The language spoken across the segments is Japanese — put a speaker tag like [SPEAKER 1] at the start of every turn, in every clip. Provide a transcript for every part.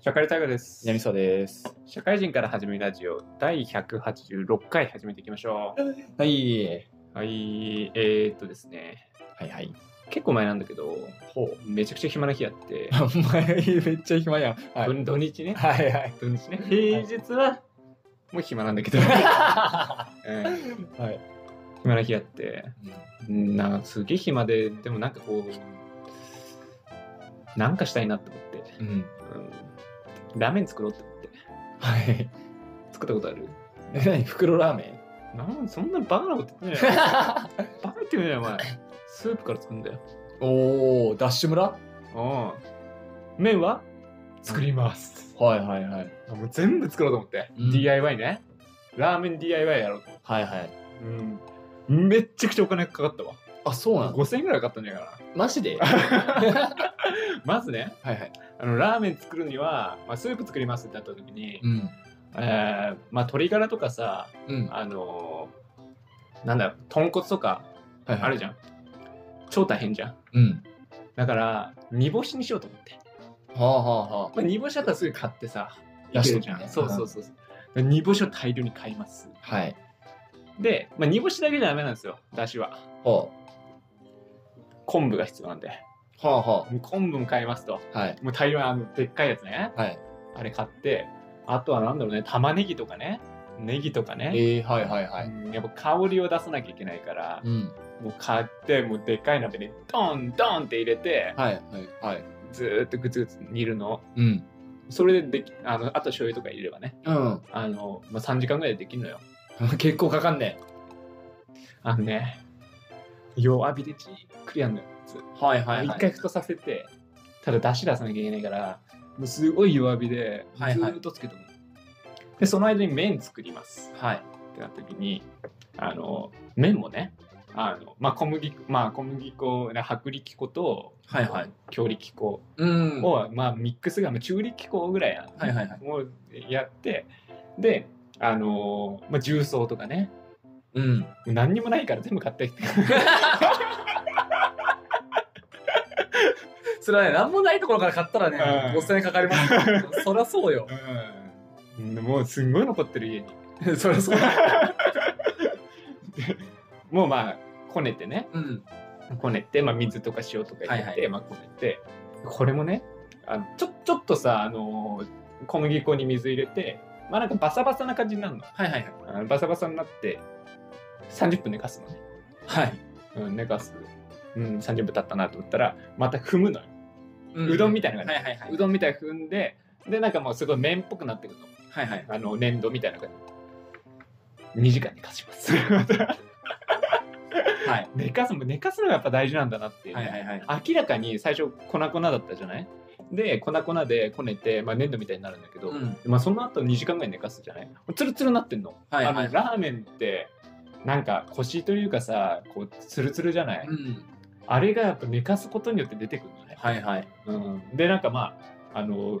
[SPEAKER 1] 社会タイムです。
[SPEAKER 2] 南沢です。
[SPEAKER 1] 社会人から始めるラジオ第186回始めていきましょ
[SPEAKER 2] はい。
[SPEAKER 1] う。はい、えー、っとですね、
[SPEAKER 2] はいはい。
[SPEAKER 1] 結構前なんだけど、
[SPEAKER 2] ほう。
[SPEAKER 1] めちゃくちゃ暇な日あ って、
[SPEAKER 2] お前、めっちゃ暇やん。はい。
[SPEAKER 1] 土土日ね、
[SPEAKER 2] はいはい。
[SPEAKER 1] 土日ね、平日はもう暇なんだけど、うん
[SPEAKER 2] はい。
[SPEAKER 1] 暇な日あって、うんなんかすげえ暇で、でもなんかこう、なんかしたいなと思って、
[SPEAKER 2] うん。
[SPEAKER 1] うん、ラーメン作ろうって思って、
[SPEAKER 2] はい。
[SPEAKER 1] 作ったことある
[SPEAKER 2] え、なに、袋ラーメン
[SPEAKER 1] なんそんなバカなこと言ってんじゃ ないバカ言ってんじゃないお前スープから作るんだよ
[SPEAKER 2] おお、ダッシュ村は
[SPEAKER 1] うん麺は作ります
[SPEAKER 2] いはいはい。
[SPEAKER 1] もう全部作ろうと思って、
[SPEAKER 2] うん
[SPEAKER 1] DIY ねラーメン DIY やろう、
[SPEAKER 2] はいはい。
[SPEAKER 1] うん、めっちゃくちゃお金かかったわ
[SPEAKER 2] あ、そうなの
[SPEAKER 1] 5000円ぐらいかかったんじゃないか
[SPEAKER 2] マジ で
[SPEAKER 1] なまずね
[SPEAKER 2] はいはい。
[SPEAKER 1] あのラーメン作るには、まあ、スープ作りますってなった時に、
[SPEAKER 2] うん。
[SPEAKER 1] えーまあ、鶏ガラとかさ
[SPEAKER 2] うん。
[SPEAKER 1] あのーなんだろう豚骨とか
[SPEAKER 2] はい
[SPEAKER 1] ある
[SPEAKER 2] じ
[SPEAKER 1] じゃん、超大変じゃん
[SPEAKER 2] ゃん。うん。
[SPEAKER 1] だから煮干しにしようと思って、
[SPEAKER 2] はあはあは
[SPEAKER 1] まあ、煮干しだったらすぐ買ってさ
[SPEAKER 2] 安い
[SPEAKER 1] いける
[SPEAKER 2] ね
[SPEAKER 1] じゃん、そうそうそうそう煮干しを大量に買います
[SPEAKER 2] あ。はい。
[SPEAKER 1] で、まあ、煮干しだけじゃダメなんですよだしは
[SPEAKER 2] ほ
[SPEAKER 1] 昆布が必要なんで
[SPEAKER 2] う。はあは
[SPEAKER 1] もう昆布も買いますと
[SPEAKER 2] あ。はい。
[SPEAKER 1] もう大量のあのでっかいやつね
[SPEAKER 2] はい。
[SPEAKER 1] あれ買ってあとはなんだろうね玉ねぎとかねネギとかね、
[SPEAKER 2] えー、はいはいはい。
[SPEAKER 1] うんやっぱ香りを出さなきゃいけないから、
[SPEAKER 2] うん。
[SPEAKER 1] もう買ってもうでっかい鍋にドンドンって入れて
[SPEAKER 2] はいはいはい。
[SPEAKER 1] ずーっとグツグツ煮るの
[SPEAKER 2] うん。
[SPEAKER 1] それでできあのあと醤油とか入れればね
[SPEAKER 2] うん。
[SPEAKER 1] あの、まあ、3時間ぐらいでできるのよ
[SPEAKER 2] 結構かかんね
[SPEAKER 1] あのね、弱火でじっくりやんのよ。ず
[SPEAKER 2] え。はいは
[SPEAKER 1] 一
[SPEAKER 2] 一
[SPEAKER 1] 回
[SPEAKER 2] 回。
[SPEAKER 1] ふとさせて、ただ出し出さなきゃいけないから、もうすごい弱火で、ず
[SPEAKER 2] はいはい
[SPEAKER 1] ーっとつけても、で、その間に麺作ります
[SPEAKER 2] はい。
[SPEAKER 1] ってなった時に、あの、麺もね、あのまあ、小麦粉まあ小麦粉ね薄力粉と
[SPEAKER 2] はいはい
[SPEAKER 1] 強力粉
[SPEAKER 2] うん
[SPEAKER 1] を、まあ、ミックスが、まあ、中力粉ぐらいな
[SPEAKER 2] はいはいはい
[SPEAKER 1] もうやってであのまあ、重曹とかね
[SPEAKER 2] うん。
[SPEAKER 1] 何にもないから全部買ってきて
[SPEAKER 2] それはね、なんもないところから買ったらね、
[SPEAKER 1] うん
[SPEAKER 2] 5000円かかります よ。そりゃそうよ。
[SPEAKER 1] うん、もうすんごい残ってる家に
[SPEAKER 2] そりゃそうだ。
[SPEAKER 1] もうまあこねてね
[SPEAKER 2] うん。
[SPEAKER 1] こねて、まあ、水とか塩とか入れて、
[SPEAKER 2] はいは
[SPEAKER 1] まあ、こねてこれもねあのちょちょっとさ、あのー小麦粉に水入れてまあなんかバサバサな感じになるの
[SPEAKER 2] はいはい
[SPEAKER 1] あのバサバサになって30分寝かすのね、
[SPEAKER 2] はい。はい。
[SPEAKER 1] うん、寝かす、うん、30分経ったなと思ったらまた踏むのよ、うどんみたいな感
[SPEAKER 2] は
[SPEAKER 1] じ、。
[SPEAKER 2] いはいはいう
[SPEAKER 1] どんみたいに踏んででなんかもうすごい麺っぽくなってくるの
[SPEAKER 2] はいはい。
[SPEAKER 1] あの粘土みたいな感じ2時間寝かします
[SPEAKER 2] はい。
[SPEAKER 1] 寝かすも寝かすのがやっぱ大事なんだなっていうね、
[SPEAKER 2] はいはいはい。
[SPEAKER 1] 明らかに最初粉々だったじゃないで粉々でこねて、まあ、粘土みたいになるんだけど、
[SPEAKER 2] うん。
[SPEAKER 1] まあ、その後2時間ぐらい寝かすじゃないもうツルツルになってんの,、
[SPEAKER 2] はいは
[SPEAKER 1] あ
[SPEAKER 2] い
[SPEAKER 1] の。ラーメンってなんか腰というかさこうツルツルじゃない、
[SPEAKER 2] うん。
[SPEAKER 1] あれがやっぱ寝かすことによって出てくるのね、
[SPEAKER 2] はいはい。
[SPEAKER 1] うん、でなんかまああの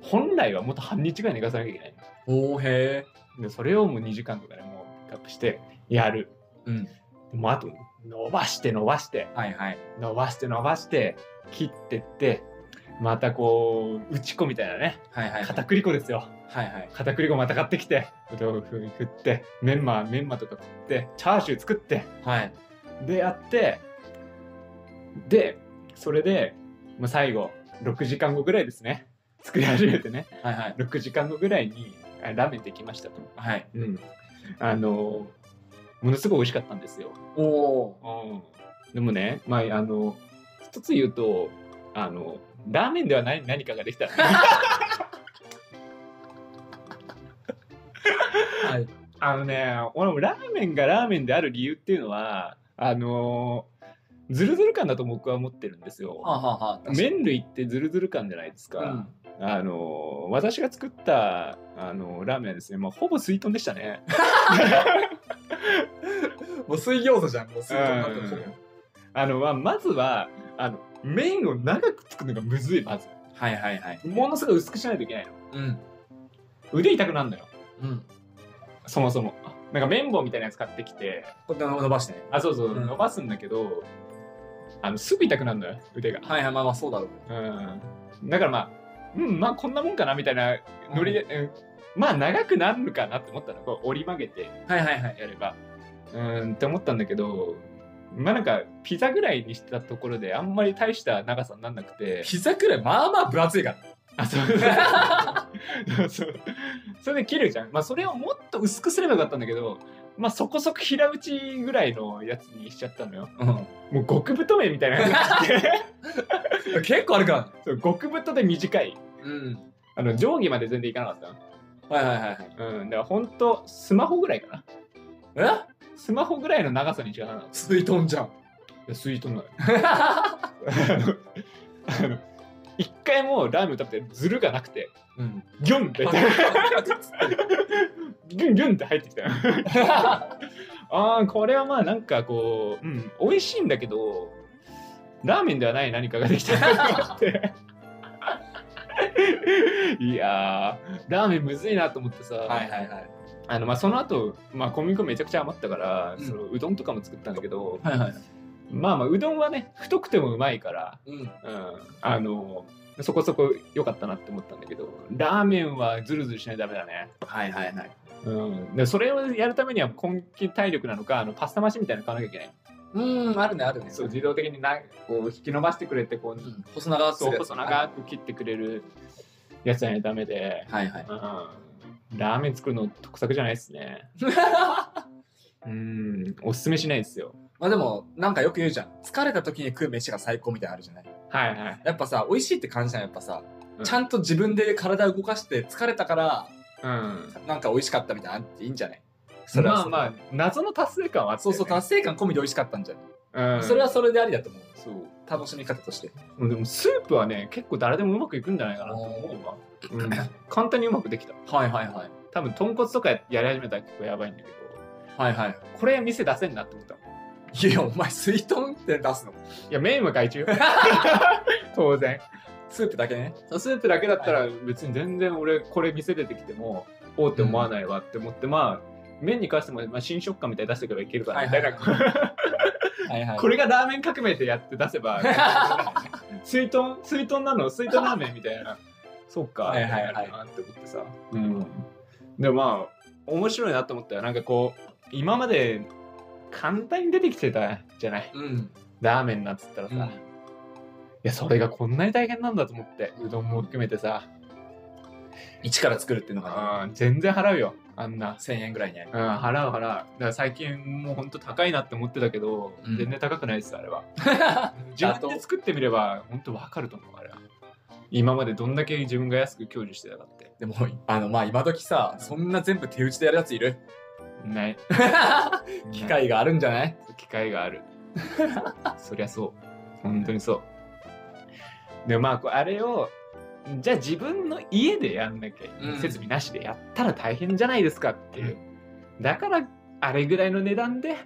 [SPEAKER 1] 本来はもっと半日ぐらい寝かさなきゃいけない
[SPEAKER 2] おーへ
[SPEAKER 1] でそれをもう2時間とかでもうピックアップしてやる
[SPEAKER 2] ーうん。
[SPEAKER 1] もうあと伸ばして伸ばして
[SPEAKER 2] はいはい。
[SPEAKER 1] 伸ばして伸ばして切ってってまたこう打ち粉みたいなね
[SPEAKER 2] はいはい。
[SPEAKER 1] 片栗粉ですよ
[SPEAKER 2] はいはい。
[SPEAKER 1] 片栗粉また買ってきてお豆腐に振ってメンマメンマとか食ってチャーシュー作って
[SPEAKER 2] はい。
[SPEAKER 1] でやってでそれで、まあ、最後6時間後ぐらいですね作り始めてね
[SPEAKER 2] はいはい。
[SPEAKER 1] 6時間後ぐらいにあラーメンできましたと
[SPEAKER 2] はい。
[SPEAKER 1] うん、あのものすごい美味しかったんですよ。
[SPEAKER 2] おお
[SPEAKER 1] でもね、まあ、あの一つ言うとあのラーメンではない何かができた
[SPEAKER 2] ー。はい。
[SPEAKER 1] あのね俺もラーメンがラーメンである理由っていうのはあのズルズル感だと僕は思ってるんです
[SPEAKER 2] は
[SPEAKER 1] よ。
[SPEAKER 2] あはあはあ。
[SPEAKER 1] 麺類ってズルズル感じゃないです
[SPEAKER 2] う
[SPEAKER 1] か、
[SPEAKER 2] ん。
[SPEAKER 1] あの私が作ったあのラーメンはですね、まあ、ほぼ水豚でしたね。
[SPEAKER 2] もう水餃子じゃん。もう水餃子になってる
[SPEAKER 1] うんあのまあまずはあの麺を長く作るのがむずいまず
[SPEAKER 2] はいはいはい。
[SPEAKER 1] ものすごい薄くしないといけないの
[SPEAKER 2] うん。
[SPEAKER 1] 腕痛くなるのよ
[SPEAKER 2] うん。
[SPEAKER 1] そもそもなんか綿棒みたいなやつ買ってきて
[SPEAKER 2] これ伸ばしてね。
[SPEAKER 1] あそうそう、
[SPEAKER 2] うん
[SPEAKER 1] 伸ばすんだけどあのすぐ痛くなるのよ腕が、
[SPEAKER 2] はいはい。まあまあそうだろう。
[SPEAKER 1] うんだからまあうんまあこんなもんかなみたいなノリで、うんまあ長くなるかなって思ったのこう折り曲げて
[SPEAKER 2] はいはいはい。
[SPEAKER 1] やればうんって思ったんだけどまあなんかピザぐらいにしたところであんまり大した長さになんなくて
[SPEAKER 2] 膝くらい、まあまあ分厚いから。
[SPEAKER 1] あそうそうそうそれで切るじゃんまあそれをもっと薄くすればよかったんだけどまあそこそこ平打ちぐらいのやつにしちゃったのよ
[SPEAKER 2] う
[SPEAKER 1] もう極太麺みたいな感じになって
[SPEAKER 2] ん。結構あるから。
[SPEAKER 1] そう極太で短い
[SPEAKER 2] うん。
[SPEAKER 1] あの定規まで全然いかなかった
[SPEAKER 2] はいはいはいはい。
[SPEAKER 1] うん、だからほんと、スマホぐらいかな。
[SPEAKER 2] え
[SPEAKER 1] スマホぐらいの長さに違うな。
[SPEAKER 2] 水飛んじゃん。
[SPEAKER 1] 吸い取 んない。あの一回もラーメン食べてズルがなくて、
[SPEAKER 2] うん。
[SPEAKER 1] ギュンって、ギュンギュンって入ってきたよ。ああ、これはまあなんかこう、うん、美味しいんだけど、ラーメンではない何かができたなと思って。いやーラーメンむずいなと思ってさ、
[SPEAKER 2] はいはいはい。
[SPEAKER 1] あのまあ、その後、まあ小麦粉めちゃくちゃ余ったから、
[SPEAKER 2] うん
[SPEAKER 1] そのうどんとかも作ったんだけど、
[SPEAKER 2] はいはい。
[SPEAKER 1] まあまあうどんはね太くてもうまいから、
[SPEAKER 2] うん。
[SPEAKER 1] うん、あのそこそこ良かったなって思ったんだけどラーメンはズルズルしないとダメだね、
[SPEAKER 2] はいはいはい。
[SPEAKER 1] うん、でそれをやるためには根気体力なのかあのパスタマシンみたいなの買わなきゃいけない
[SPEAKER 2] うん、あるねあるね。
[SPEAKER 1] そう自動的になこう引き伸ばしてくれてこう、
[SPEAKER 2] うん。細長くす
[SPEAKER 1] そう
[SPEAKER 2] るやつ
[SPEAKER 1] 細長く切ってくれるやつじゃないとダメで、
[SPEAKER 2] はいはい。
[SPEAKER 1] うん、ラーメン作るの得策じゃないですねうんおすすめしないですよ
[SPEAKER 2] まあでも、なんかよく言うじゃん。疲れた時に食う飯が最高みたいなのあるじゃない
[SPEAKER 1] はいはい
[SPEAKER 2] やっぱさ、美味しいって感じじゃん、やっぱさ
[SPEAKER 1] う。ん
[SPEAKER 2] ちゃんと自分で体を動かして疲れたから、
[SPEAKER 1] うん
[SPEAKER 2] なんか美味しかったみたいなのあっていいんじゃない
[SPEAKER 1] それ
[SPEAKER 2] は
[SPEAKER 1] は
[SPEAKER 2] それ
[SPEAKER 1] まあまあ謎の達成感はあった
[SPEAKER 2] そ
[SPEAKER 1] よね
[SPEAKER 2] うそう、達成感込みで美味しかったんじゃない、
[SPEAKER 1] うん、
[SPEAKER 2] それはそれでありだと思う。
[SPEAKER 1] そう
[SPEAKER 2] 楽しみ方として。
[SPEAKER 1] うんでもスープはね結構誰でもうまくいくんじゃないかなと思うわ、うん、簡単にうまくできた
[SPEAKER 2] はいはいはい。
[SPEAKER 1] 多分豚骨とかやり始めたら結構やばいんだけど
[SPEAKER 2] はいはい。
[SPEAKER 1] これ店出せんなって思ったい
[SPEAKER 2] いや、お前、水豚って出すの
[SPEAKER 1] やメインは外注 当然
[SPEAKER 2] スープだけね。
[SPEAKER 1] スープだけだったら別に全然俺これ店出てきてもおうって思わないわって思って、まあ麺に関しても、まあ、新食感みたいに出していけばいけるからみたいな、
[SPEAKER 2] はいははいは
[SPEAKER 1] これがラーメン革命でやって出せ ば水豚水豚なの水豚ラーメンみたいなそうか
[SPEAKER 2] はいはいはい
[SPEAKER 1] なって思ってさ、うん、でまあ面白いなと思ったよなんかこう今まで簡単に出てきてたじゃない
[SPEAKER 2] うん。
[SPEAKER 1] ラーメンなんつったらさ、
[SPEAKER 2] うん
[SPEAKER 1] いやそれがこんなに大変なんだと思ってうどんも含めてさ、
[SPEAKER 2] 一から作るっていうのがね、
[SPEAKER 1] うん、全然払うよあんな
[SPEAKER 2] 1000円ぐらいね。
[SPEAKER 1] うん、払う払う。だから最近もうほんと高いなって思ってたけど、
[SPEAKER 2] うん
[SPEAKER 1] 全然高くないです、あれ は。自分で作ってみればほんとわかると思う、あれは。今までどんだけ自分が安く享受してたかって。
[SPEAKER 2] でも、あの、まあ、今時さ、そんな全部手打ちでやるやついる
[SPEAKER 1] ない。
[SPEAKER 2] 機会があるんじゃない
[SPEAKER 1] 機会がある そりゃそう本当にそうでまあこうあれをじゃあ自分の家でやんなきゃ、
[SPEAKER 2] うん
[SPEAKER 1] 設備なしでやったら大変じゃないですかっていう、だからあれぐらいの値段で
[SPEAKER 2] うん。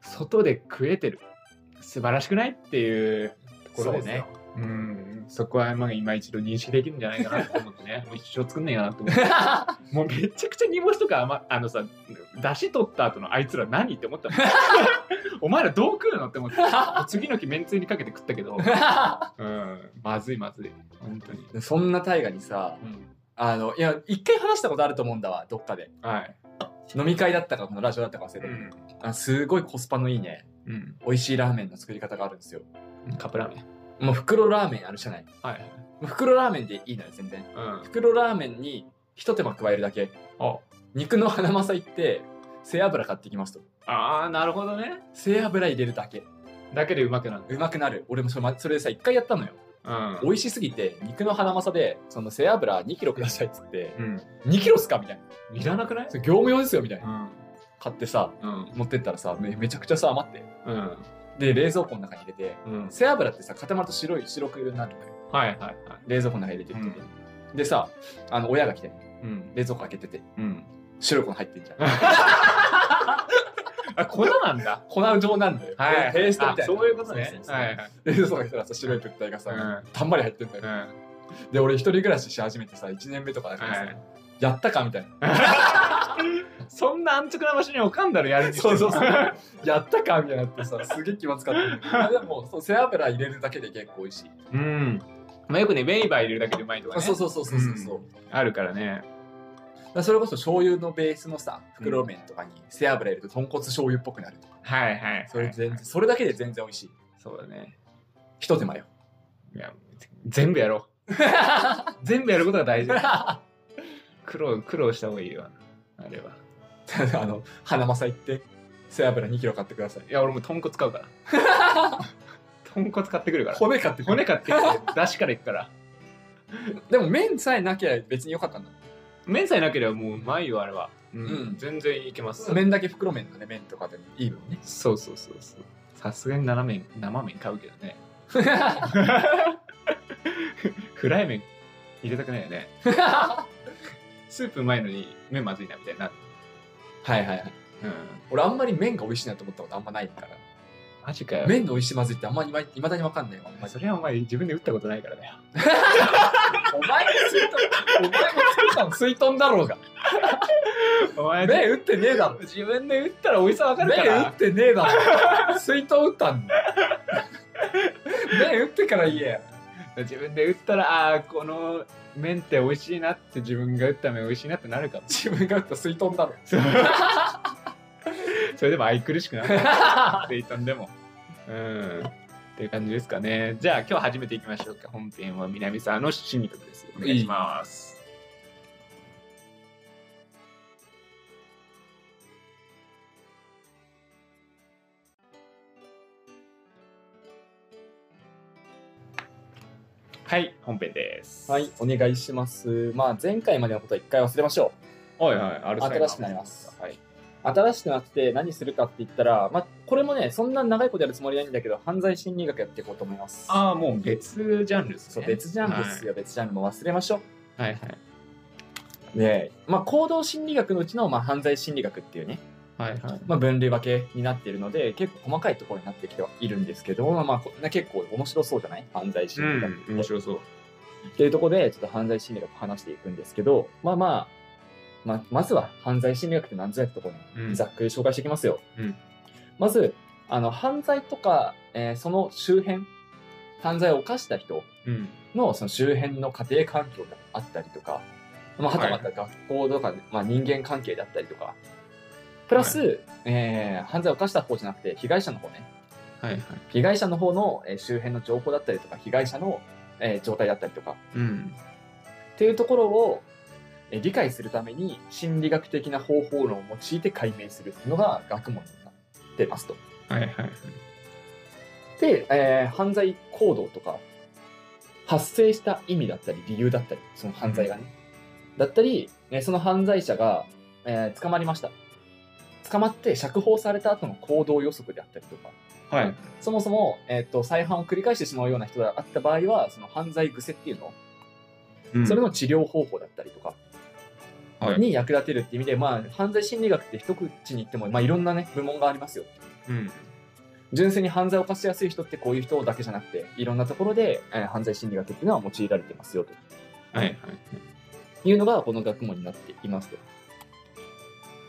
[SPEAKER 1] 外で食えてる素晴らしくないっていうところでねうんそこはまあ今一度認識できるんじゃないかなと思ってね もう一生作んねえかなと思ってもうめちゃくちゃ煮干しとかあ,、まあのさ出汁取った後のあいつら何って思ったもん お前らどう食うのって思って次の日めんつゆにかけて食ったけど、うん、まずいまずい本当に、
[SPEAKER 2] で そんな大河にさ、
[SPEAKER 1] うん、
[SPEAKER 2] あの、いや、一回話したことあると思うんだわ、どっかで。
[SPEAKER 1] はい、
[SPEAKER 2] 飲み会だったか、このラジオだったか忘れた、あすごいコスパのいいね、
[SPEAKER 1] うん、
[SPEAKER 2] 美味しいラーメンの作り方があるんですよ。
[SPEAKER 1] カップラーメン
[SPEAKER 2] もう袋ラーメンあるじゃない。も
[SPEAKER 1] はい、
[SPEAKER 2] う袋ラーメンでいいのよ、全然。
[SPEAKER 1] うん、あ
[SPEAKER 2] 袋ラーメンに一手間加えるだけ。肉のハナマサ行って、背脂買ってきますと。
[SPEAKER 1] あーなるほどね
[SPEAKER 2] 背脂入れるだけ。
[SPEAKER 1] だけでうまくなる
[SPEAKER 2] うまくなる。俺もそれまそれでさ、一回やったのよ。
[SPEAKER 1] うん
[SPEAKER 2] 美味しすぎて、肉のハナマサで、その背脂2キロくださいっつって、
[SPEAKER 1] うん
[SPEAKER 2] 2キロっすかみたいな。
[SPEAKER 1] いらなくない
[SPEAKER 2] それ業務用ですよみたいな。
[SPEAKER 1] ん
[SPEAKER 2] 買ってさ、
[SPEAKER 1] うん
[SPEAKER 2] 持ってったらさ、めめちゃくちゃさ、余って。
[SPEAKER 1] うん
[SPEAKER 2] で、冷蔵庫の中に入れて、
[SPEAKER 1] うん
[SPEAKER 2] 背脂ってさ固まると白い白くなるのよ
[SPEAKER 1] はいはいはい
[SPEAKER 2] 冷蔵庫の中に入れてってて、でさあの親が来て
[SPEAKER 1] うん
[SPEAKER 2] 冷蔵庫開けてて
[SPEAKER 1] うん
[SPEAKER 2] 白い粉入ってんじゃん
[SPEAKER 1] あ粉なんだ
[SPEAKER 2] 粉状なんだよ、ペーストみたいな
[SPEAKER 1] あそういうことね
[SPEAKER 2] そうそうそう
[SPEAKER 1] はいはい
[SPEAKER 2] 冷蔵庫開けたらさ白い物体がさ、
[SPEAKER 1] うん
[SPEAKER 2] たんまり入ってんだよ、
[SPEAKER 1] うん
[SPEAKER 2] で俺一人暮らしし始めてさ1年目とかだからさ、
[SPEAKER 1] はい
[SPEAKER 2] やったかみたいな
[SPEAKER 1] そんな安直な場所に置かんだろやるにしても
[SPEAKER 2] そうそうそ やったかみたいになってさすげえ気まずかったんだけどでもそう背脂入れるだけで結構美味しい
[SPEAKER 1] うんまあ、よくね、ウェイバー入れるだけでうまいとか
[SPEAKER 2] あ
[SPEAKER 1] ね。
[SPEAKER 2] そうそうそうそうそうそう、
[SPEAKER 1] うんあるからね。
[SPEAKER 2] だからそれこそ醤油のベースのさ袋麺とかに背脂入れると豚骨醤油っぽくなるとか
[SPEAKER 1] はいはい。
[SPEAKER 2] それ全然それだけで全然美味しい
[SPEAKER 1] そうだね。
[SPEAKER 2] ひと手 間よ
[SPEAKER 1] いや、全部やろ う。全部やることが大事だ。
[SPEAKER 2] あ
[SPEAKER 1] 苦労、苦労した方がいいよ。あれは。
[SPEAKER 2] の花正行って背脂2キロ買ってください
[SPEAKER 1] いや、俺もう豚骨買うから。 豚骨買ってくるから。
[SPEAKER 2] 骨買ってくる
[SPEAKER 1] 骨買ってきて、出汁からいくから。
[SPEAKER 2] でも麺さえなきゃ別によかったんだ
[SPEAKER 1] 麺さえなければもううまいよ、あれは。う
[SPEAKER 2] うん
[SPEAKER 1] 全然いけます。
[SPEAKER 2] 麺だけ袋麺のね麺とかでもいいの ね
[SPEAKER 1] そうそうそうそう。さすがに生麺、生麺買うけどね。フライ麺入れたくないよ ね。スープうまいのに麺まずいなみたいになる。
[SPEAKER 2] はいはいはい
[SPEAKER 1] うん。
[SPEAKER 2] 俺あんまり麺が美味しいなと思ったことあんまないから
[SPEAKER 1] マジかよ。
[SPEAKER 2] 麺の美味しいまずいってあんまりいまだに分かんないわあんまり
[SPEAKER 1] それはお前自分で打ったことないから だよ。
[SPEAKER 2] お前も水筒お前も作ったの水筒だろうが
[SPEAKER 1] お前
[SPEAKER 2] 麺打ってねえだろ
[SPEAKER 1] 自分で打ったらおいしさわかるか
[SPEAKER 2] 麺打
[SPEAKER 1] ら
[SPEAKER 2] っ。てねえだろ水筒打ったんだよ麺打ってから言えよ
[SPEAKER 1] 自分で打ったら、ああー、この麺って美味しいなって自分が打った麺美味しいなってなるかも。
[SPEAKER 2] 自分が打った水筒だろ
[SPEAKER 1] そうそれでも愛くるしくなる。 ツイートンでも。うん。っていう感じですかね。じゃあ今日始めていきましょうか。本編は南沢の新肉です。お願いします。はい、本編です。
[SPEAKER 2] はい。お願いしますまあ前回までのことは一回忘れましょう
[SPEAKER 1] はいはい、アルツハイマー
[SPEAKER 2] 新しくなります
[SPEAKER 1] はい。
[SPEAKER 2] 新しくなって何するかって言ったら、まあ、これもねそんな長いことやるつもりないんだけど犯罪心理学やっていこうと思います
[SPEAKER 1] ああ、もう別ジャンルですね。
[SPEAKER 2] そう別ジャンルですよ、別ジャンルも忘れましょう
[SPEAKER 1] はいはい。
[SPEAKER 2] で、まあ、行動心理学のうちの、まあ、犯罪心理学っていうね、
[SPEAKER 1] はいはい。
[SPEAKER 2] まあ、分類分けになっているので結構細かいところになってきてはいるんですけど、まあまあこ、結構面白そうじゃない犯罪
[SPEAKER 1] う
[SPEAKER 2] 心理学って,、
[SPEAKER 1] ん、面白そう。
[SPEAKER 2] いうところでちょっと犯罪心理学を話していくんですけど、まあまあ、まあ、まずは犯罪心理学って何ぞやってところ
[SPEAKER 1] う
[SPEAKER 2] にざっくり紹介していきますよ、
[SPEAKER 1] うん
[SPEAKER 2] まずあの犯罪とか、えーその周辺犯罪を犯した人
[SPEAKER 1] うん。
[SPEAKER 2] のその周辺の家庭環境であったりとか、まあ、はたまた学校とか、まあ、人間関係だったりとかプラス、えー犯罪を犯した方じゃなくて被害者の方ね
[SPEAKER 1] はいはい。
[SPEAKER 2] 被害者の方のえー周辺の情報だったりとか被害者のえー状態だったりとか
[SPEAKER 1] うん。
[SPEAKER 2] っていうところをえー理解するために心理学的な方法論を用いて解明するっていうのが学問になってますと。
[SPEAKER 1] はいはいはい。
[SPEAKER 2] で、えー犯罪行動とか発生した意味だったり理由だったりその犯罪がね、だったり、えーその犯罪者が、えー捕まりました捕まって釈放された後の行動予測であったりとか
[SPEAKER 1] はい。
[SPEAKER 2] そもそも、えー、と再犯を繰り返してしまうような人であった場合はその犯罪癖っていうの、それの治療方法だったりとか
[SPEAKER 1] はい
[SPEAKER 2] に役立てるって意味で、まあ、犯罪心理学って一口に言っても、まあ、いろんなね部門がありますよ
[SPEAKER 1] うん。
[SPEAKER 2] 純粋に犯罪を犯しやすい人ってこういう人だけじゃなくていろんなところで、えー犯罪心理学っていうのは用いられてますよと
[SPEAKER 1] はいはい。
[SPEAKER 2] いうのがこの学問になっていますと。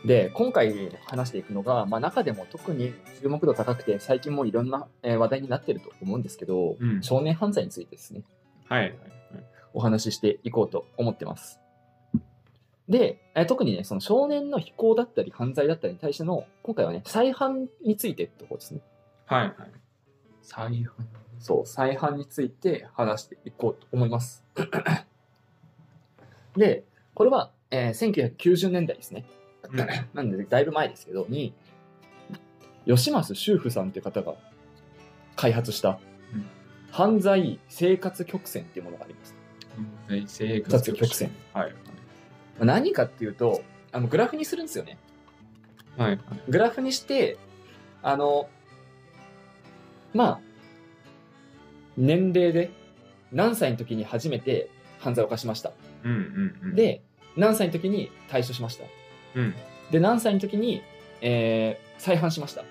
[SPEAKER 2] で今回話していくのが、まあ、中でも特に注目度高くて最近もいろんな、えー話題になってると思うんですけど、
[SPEAKER 1] うん
[SPEAKER 2] 少年犯罪についてですね
[SPEAKER 1] はいはい。
[SPEAKER 2] お話ししていこうと思ってます。で、えー特にねその少年の非行だったり犯罪だったりに対しての今回はね再犯についてってとこですね。
[SPEAKER 1] はいはい。再犯。
[SPEAKER 2] そう、再犯について話していこうと思います。 で、これは、えー1990年代ですね。なんで、だいぶ前ですけど、に、吉松修夫さんという方が開発した
[SPEAKER 1] うん、
[SPEAKER 2] 犯罪生活曲線っていうものがあります。
[SPEAKER 1] うん。生
[SPEAKER 2] 二つ曲線。
[SPEAKER 1] はい
[SPEAKER 2] まあ何かっていうと、あのグラフにするんですよね。
[SPEAKER 1] はい。はい
[SPEAKER 2] グラフにして、あの、まあ、年齢で何歳の時に初めて犯罪を犯しました。
[SPEAKER 1] うんうんうん。、
[SPEAKER 2] で、何歳の時に退所しました。
[SPEAKER 1] うん。
[SPEAKER 2] で、何歳の時に、えー再犯しました。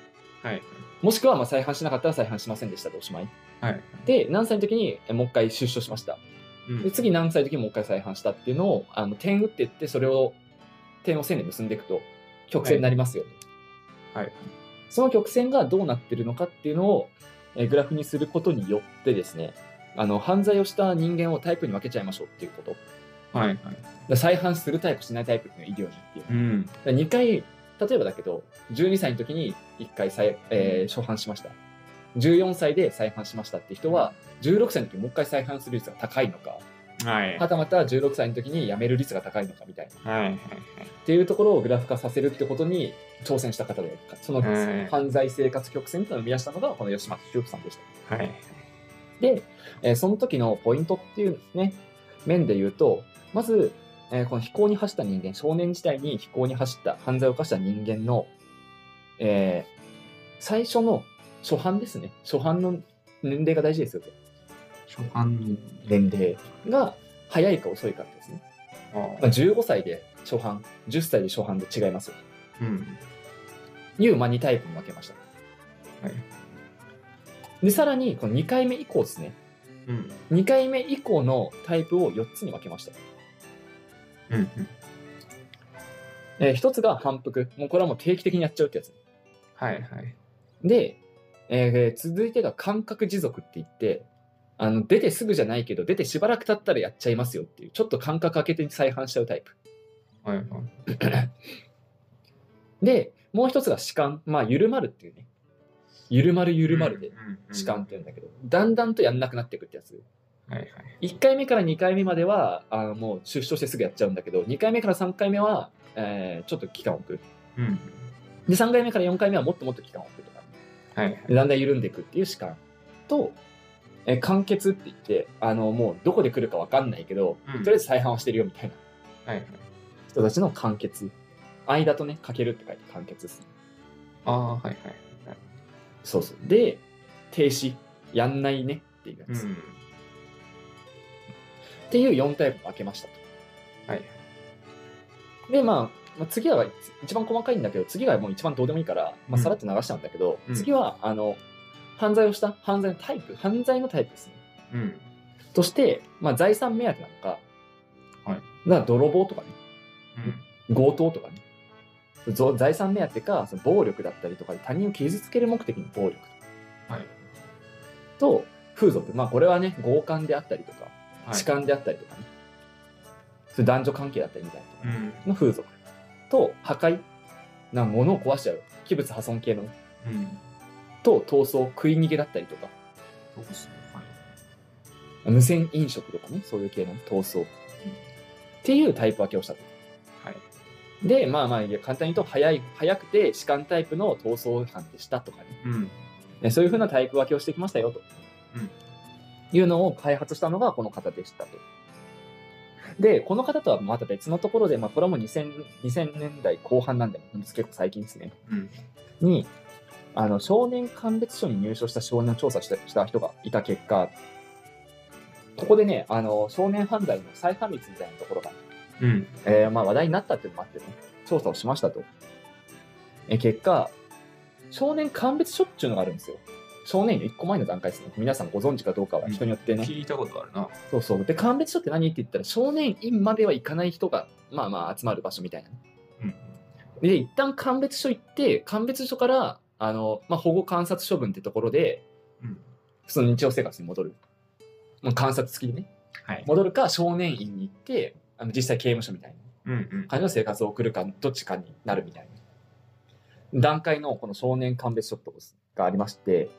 [SPEAKER 1] はい
[SPEAKER 2] もしくは、まあ、再犯しなかったら再犯しませんでしたでおしまい。
[SPEAKER 1] はい。
[SPEAKER 2] で、何歳の時にえもう一回出所しました。
[SPEAKER 1] うん
[SPEAKER 2] で、次何歳の時にもう一回再犯したっていうのを、あの点打っていって、それを点を線で結んでいくと、曲線になりますよ、
[SPEAKER 1] はい。
[SPEAKER 2] その曲線がどうなってるのかっていうのを、えーグラフにすることによってですね、あの犯罪をした人間をタイプに分けちゃいましょうっていうことだか
[SPEAKER 1] はいはい。
[SPEAKER 2] ら再犯するタイプしないタイプっていうのが医療にっていう
[SPEAKER 1] うん。
[SPEAKER 2] だから2回例えばだけど12歳の時に1回再、えー初犯しました14歳で再犯しましたって人は16歳の時にもう1回再犯する率が高いのか
[SPEAKER 1] はい。
[SPEAKER 2] は
[SPEAKER 1] はい
[SPEAKER 2] たまた16歳の時に辞める率が高いのかみたいな
[SPEAKER 1] はい。
[SPEAKER 2] っていうところをグラフ化させるってことに挑戦した方でその
[SPEAKER 1] はい
[SPEAKER 2] 犯罪生活曲線っていうのを生み出したのがこの吉松修子さんでした。
[SPEAKER 1] はい。
[SPEAKER 2] で、えーその時のポイントっていうね、面で言うと、まず、えーこの非行に走った人間、少年時代に非行に走った、犯罪を犯した人間の、えー最初の初犯ですね。初犯の年齢が大事ですよと。
[SPEAKER 1] 初版の。
[SPEAKER 2] 年齢が早いか遅いかですね。まあ、15歳で初犯、10歳で初犯で違いますよ。
[SPEAKER 1] うん。
[SPEAKER 2] いう、まあ、2タイプに分けました。
[SPEAKER 1] はい
[SPEAKER 2] で、さらに、この2回目以降ですね。
[SPEAKER 1] うん。
[SPEAKER 2] 2回目以降のタイプを4つに分けました。
[SPEAKER 1] うん。
[SPEAKER 2] えー一つが反復。もうこれはもう定期的にやっちゃうってやつ。
[SPEAKER 1] はいはい。
[SPEAKER 2] で、えー続いてが感覚持続って言って、あの、出てすぐじゃないけど、出てしばらく経ったらやっちゃいますよっていう、ちょっと間隔空けて再犯しちゃうタイプ。
[SPEAKER 1] はいはい。
[SPEAKER 2] で、もう一つが弛緩。まあ、緩まるっていうね。緩まる緩まるで、
[SPEAKER 1] うん。うん
[SPEAKER 2] 弛緩って言うんだけど、だんだんとやんなくなっていくってやつ。
[SPEAKER 1] はいはい。
[SPEAKER 2] 1回目から2回目までは、あのもう出所してすぐやっちゃうんだけど、2回目から3回目は、えーちょっと期間を置く。
[SPEAKER 1] うん。
[SPEAKER 2] で、3回目から4回目はもっともっと期間を置くとか。
[SPEAKER 1] はいはい。
[SPEAKER 2] だんだん緩んでいくっていう弛緩と、えー完結って言ってあのもうどこで来るか分かんないけど、
[SPEAKER 1] うん
[SPEAKER 2] とりあえず再犯をしてるよみたい
[SPEAKER 1] は
[SPEAKER 2] な
[SPEAKER 1] いはい。
[SPEAKER 2] 人たちの完結間とねかけるって書いて完結ですね
[SPEAKER 1] ああ、はいはい。
[SPEAKER 2] そうそうで停止やんないねっていうやつ、
[SPEAKER 1] う
[SPEAKER 2] っ
[SPEAKER 1] ん。
[SPEAKER 2] ていう4タイプ分けましたと
[SPEAKER 1] はい
[SPEAKER 2] でまあまあ次は一番細かいんだけど次はもう一番どうでもいいから、
[SPEAKER 1] う
[SPEAKER 2] まあ、
[SPEAKER 1] ん
[SPEAKER 2] さらっと流したんだけど、
[SPEAKER 1] うん
[SPEAKER 2] 次はあの犯罪をした犯罪のタイプ犯罪のタイプですね
[SPEAKER 1] うん。
[SPEAKER 2] として、まあ、財産目当てなのか、
[SPEAKER 1] はい
[SPEAKER 2] だから泥棒とかね、
[SPEAKER 1] うん。
[SPEAKER 2] 強盗とかね、ぞ財産目当てか、その暴力だったりとかで他人を傷つける目的の暴力
[SPEAKER 1] はい。
[SPEAKER 2] と、風俗、まあ、これはね、強姦であったりとか、
[SPEAKER 1] はい
[SPEAKER 2] 痴漢であったりとかね、そういう男女関係だったりみたいなと
[SPEAKER 1] う
[SPEAKER 2] か
[SPEAKER 1] ん。
[SPEAKER 2] の風俗と、破壊、なんか物を壊しちゃう、器物破損系の、
[SPEAKER 1] うん。
[SPEAKER 2] と、逃走、食い逃げだったりとか、
[SPEAKER 1] そうですね。はい。
[SPEAKER 2] 無線飲食とかね、そういう系の逃走。っていうタイプ分けをしたと。
[SPEAKER 1] はい。
[SPEAKER 2] で、まあまあ、いや簡単に言うと、早い、早くて、痴漢タイプの逃走犯でしたとかね。
[SPEAKER 1] うん。
[SPEAKER 2] ねそういうふうなタイプ分けをしてきましたよ、と。
[SPEAKER 1] うん
[SPEAKER 2] いうのを開発したのがこの方でしたと。で、この方とはまた別のところで、まあ、これはもう 2000, 2000年代後半なんで、もう結構最近ですね。
[SPEAKER 1] うん。
[SPEAKER 2] に、あの、少年鑑別所に入所した少年を調査したした人がいた結果、ここでね、あの、少年犯罪の再犯率みたいなところが
[SPEAKER 1] うん。
[SPEAKER 2] えーまあ、話題になったっていうのもあってね、調査をしましたと。えー結果、少年鑑別所っていうのがあるんですよ。少年院の1個前の段階ですね。皆さんご存知かどうかは人によってね。
[SPEAKER 1] 聞いたことあるな。
[SPEAKER 2] そうそう。で、鑑別所って何って言ったら、少年院までは行かない人が、まあまあ集まる場所みたいな。
[SPEAKER 1] うん。
[SPEAKER 2] で、一旦鑑別所行って、鑑別所から、あの、まあ、保護観察処分ってところで、
[SPEAKER 1] うん。
[SPEAKER 2] その日常生活に戻る。まあ、観察付きでね。
[SPEAKER 1] はい。
[SPEAKER 2] 戻るか、少年院に行って、あの実際刑務所みたいな。
[SPEAKER 1] うんうん。
[SPEAKER 2] 感じの生活を送るかどっちかになるみたいな段階のこの少年鑑別所ってことがありまして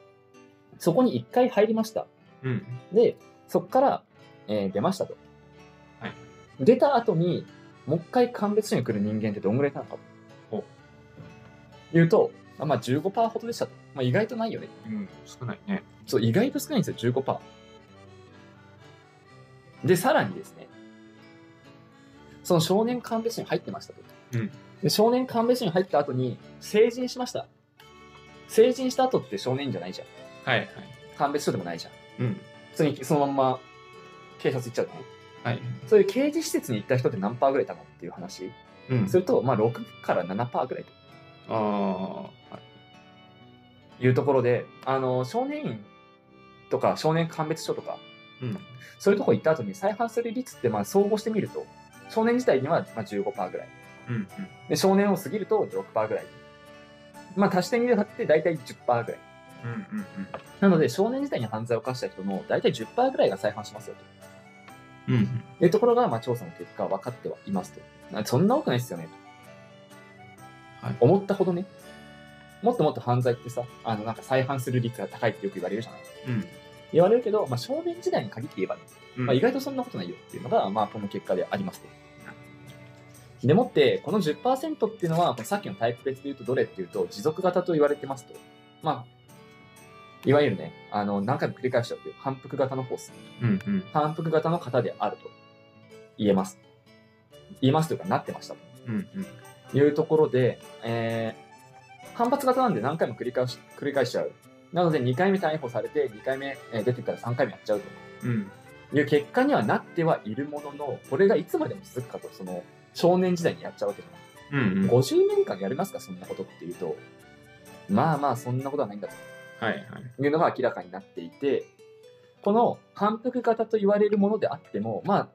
[SPEAKER 2] そこに1回入りました
[SPEAKER 1] うん。
[SPEAKER 2] でそこから、えー出ましたと、
[SPEAKER 1] はい
[SPEAKER 2] 出た後にもう一回鑑別所に来る人間ってどんぐらいなのか
[SPEAKER 1] お
[SPEAKER 2] と言うとあまあ15%ほどでしたと、まあ、意外とないよね
[SPEAKER 1] うん。少ないね。
[SPEAKER 2] そう意外と少ないんですよ15%でさらにですねその少年鑑別所に入ってましたと、
[SPEAKER 1] うん
[SPEAKER 2] で少年鑑別所に入った後に成人しました成人した後って少年じゃないじゃん
[SPEAKER 1] はいはい。
[SPEAKER 2] 鑑別所でもないじゃん
[SPEAKER 1] うん。
[SPEAKER 2] 普通にそのまんま警察行っちゃうのね
[SPEAKER 1] はい。
[SPEAKER 2] そういう刑事施設に行った人って何パーぐらいいたのっていう話
[SPEAKER 1] うん
[SPEAKER 2] すると、まあ6から7パーぐらいと
[SPEAKER 1] ああ。はい。
[SPEAKER 2] いうところであの少年院とか少年鑑別所とか
[SPEAKER 1] うん。
[SPEAKER 2] そういうとこ行った後に再犯する率ってまあ総合してみると、少年自体にはまあ15%ぐらい。
[SPEAKER 1] うん。
[SPEAKER 2] で、少年を過ぎると6%ぐらい。まあ足してみるって大体10%ぐらい。
[SPEAKER 1] うん。うんうん
[SPEAKER 2] なので、少年時代に犯罪を犯した人の大体10%ぐらいが再犯しますよと。
[SPEAKER 1] うんうん
[SPEAKER 2] いうところが、まあ、調査の結果分かってはいますと。なそんな多くないですよねと、
[SPEAKER 1] はい
[SPEAKER 2] 思ったほどね。もっともっと犯罪ってさ、あの、なんか再犯する率が高いってよく言われるじゃない
[SPEAKER 1] うん
[SPEAKER 2] 言われるけど、まあ、少年時代に限って言えばね、
[SPEAKER 1] うん
[SPEAKER 2] まあ、意外とそんなことないよっていうのが、まあ、この結果でありますと。でもって、この10%っていうのは、このさっきのタイプ別で言うとどれっていうと、持続型と言われてますと。まあ、いわゆるね、あの、何回も繰り返しちゃうっていう反復型の方ですね。
[SPEAKER 1] うんうん
[SPEAKER 2] 反復型の方であると言えます。言えますというか、なってました
[SPEAKER 1] うんうん
[SPEAKER 2] というところで、えー反発型なんで何回も繰り返し繰り返しちゃう。なので、2回目逮捕されて、2回目えー出てったら3回目やっちゃう
[SPEAKER 1] う
[SPEAKER 2] と。
[SPEAKER 1] ん
[SPEAKER 2] いう結果にはなってはいるものの、これがいつまでも続くかと、その少年時代にやっちゃうわけじゃない。
[SPEAKER 1] うんうん
[SPEAKER 2] 50年間やりますか、そんなことっていうと、まあまあ、そんなことはないんだ
[SPEAKER 1] はいはい
[SPEAKER 2] というのが明らかになっていて、この反復型と言われるものであっても、まあ、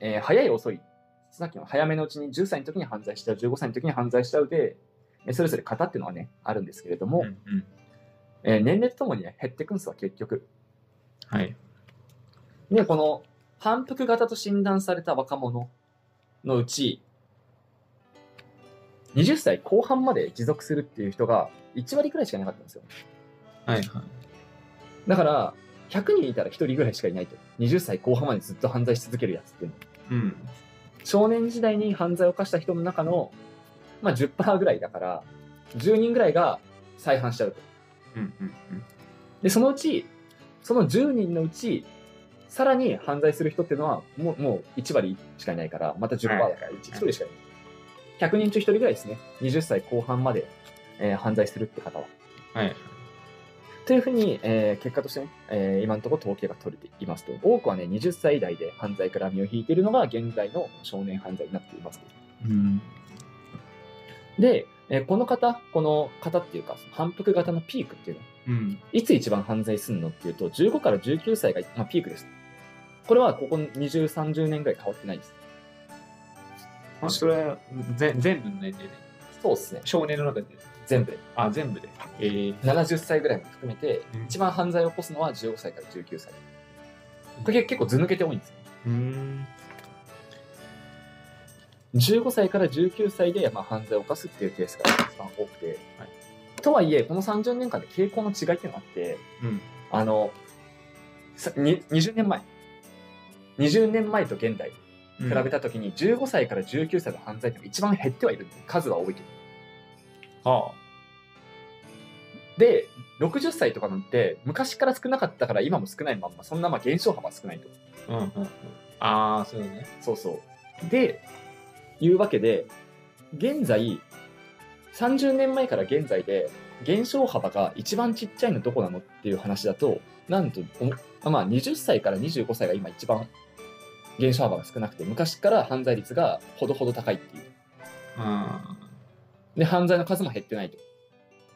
[SPEAKER 2] えー早い遅い、さっきの早めのうちに10歳の時に犯罪しちゃう、15歳の時に犯罪しちゃうで、えーそれぞれ型っていうのはね、あるんですけれども、
[SPEAKER 1] うんうん
[SPEAKER 2] えー年齢とともにね減っていくんですわ、結局。
[SPEAKER 1] はい
[SPEAKER 2] で、この反復型と診断された若者のうち、20歳後半まで持続するっていう人が1割くらいしかいなかったんですよ。
[SPEAKER 1] はいはい
[SPEAKER 2] だから、100人いたら1人ぐらいしかいないと。20歳後半までずっと犯罪し続けるやつっていうの。
[SPEAKER 1] うん
[SPEAKER 2] 少年時代に犯罪を犯した人の中の、まあ、10%ぐらいだから、10人ぐらいが再犯しちゃうと。
[SPEAKER 1] うんうん
[SPEAKER 2] で、そのうち、その10人のうち、さらに犯罪する人っていうのは、もう、もう1割しかいないから、また10%だから、1人しかいない。100人中1人ぐらいですね。20歳後半まで、えー犯罪するって方は。
[SPEAKER 1] はいはい
[SPEAKER 2] というふうに、えー結果としてね、えー今のところ統計が取れていますと。多くはね、20歳代で犯罪から身を引いているのが、現在の少年犯罪になっています。
[SPEAKER 1] うん
[SPEAKER 2] で、えーこの方、この方っていうか、その反復型のピークっていうの
[SPEAKER 1] うん
[SPEAKER 2] いつ一番犯罪するのっていうと、15から19歳が、まあ、ピークです。これはここ20、30年ぐらい変わってないです。
[SPEAKER 1] あそれはぜ全部の年齢で
[SPEAKER 2] そうですね。
[SPEAKER 1] 少年の中で
[SPEAKER 2] 全部で。
[SPEAKER 1] あ全部でえー
[SPEAKER 2] 70歳ぐらいも含めて、
[SPEAKER 1] うん
[SPEAKER 2] 一番犯罪を起こすのは15歳から19歳。これ結構図抜けて多いんですよ。
[SPEAKER 1] うん
[SPEAKER 2] 15歳から19歳で、まあ、犯罪を犯すっていうケースが一番多くて。
[SPEAKER 1] はい
[SPEAKER 2] とはいえ、この30年間で傾向の違いっていうのがあって、
[SPEAKER 1] うん
[SPEAKER 2] あの、さに20年前。20年前と現代。
[SPEAKER 1] 比
[SPEAKER 2] 比べたときに15歳から19歳の犯罪っていうのが一番減ってはいるんです数は多いけど
[SPEAKER 1] は
[SPEAKER 2] で60歳とかなんて昔から少なかったから今も少ないまんまそんなまあ減少幅は少ないと
[SPEAKER 1] あうんうんうんああそうね
[SPEAKER 2] そうそうでいうわけで現在30年前から現在で減少幅が一番ちっちゃいのどこなのっていう話だとなんとおまあ20歳から25歳が今一番減少幅が少なくて昔から犯罪率がほどほど高いっていう
[SPEAKER 1] あ
[SPEAKER 2] で犯罪の数も減ってないと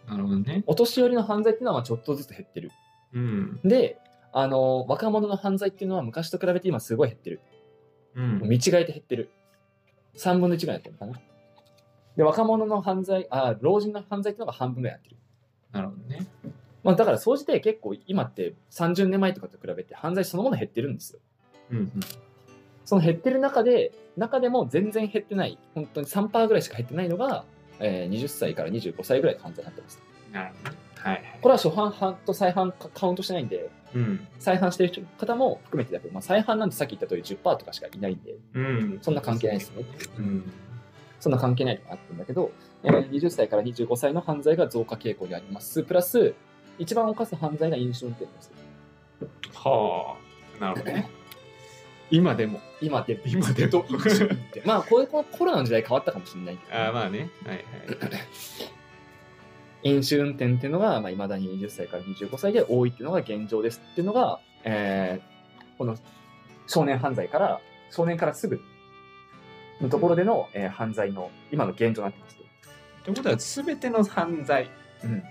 [SPEAKER 1] あなるほどね
[SPEAKER 2] お年寄りの犯罪っていうのはまあちょっとずつ減ってる。
[SPEAKER 1] うん
[SPEAKER 2] で、あの、若者の犯罪っていうのは昔と比べて今すごい減ってる。
[SPEAKER 1] うん
[SPEAKER 2] 見違えて減ってる。3分の1ぐらいになってるのかな。で、若者の犯罪、あ老人の犯罪っていうのが半分ぐらいやってる。
[SPEAKER 1] なるほどね
[SPEAKER 2] まあだから、総じて結構今って30年前とかと比べて犯罪そのもの減ってるんですよ。
[SPEAKER 1] うんうん
[SPEAKER 2] その減ってる中で、中でも全然減ってない、本当に3%ぐらいしか減ってないのが、えー20歳から25歳ぐらいの犯罪になってます。
[SPEAKER 1] なるほどねはいはい
[SPEAKER 2] これは初犯犯と再犯かカウントしてないんで、
[SPEAKER 1] うん
[SPEAKER 2] 再犯してる人方も含めてだけど、まあ、再犯なんてさっき言った通り10%とかしかいないんで、
[SPEAKER 1] うん
[SPEAKER 2] そんな関係ないですね。
[SPEAKER 1] うん
[SPEAKER 2] そんな関係ないとかあったんだけど、えー20歳から25歳の犯罪が増加傾向にあります。プラス、一番犯す犯罪が飲酒運転です。
[SPEAKER 1] はあなるほどね 今でも
[SPEAKER 2] 今で、
[SPEAKER 1] 今でも
[SPEAKER 2] 飲酒運転まあ、こういうこのコロナの時代変わったかもしれないけど、
[SPEAKER 1] ああまあねはいはい
[SPEAKER 2] 飲酒運転っていうのが、まあ、未だに20歳から25歳で多いっていうのが現状ですっていうのが、えーこの少年犯罪から、少年からすぐのところでの、えー犯罪の今の現状になってます。
[SPEAKER 1] ということは全ての犯罪
[SPEAKER 2] うん、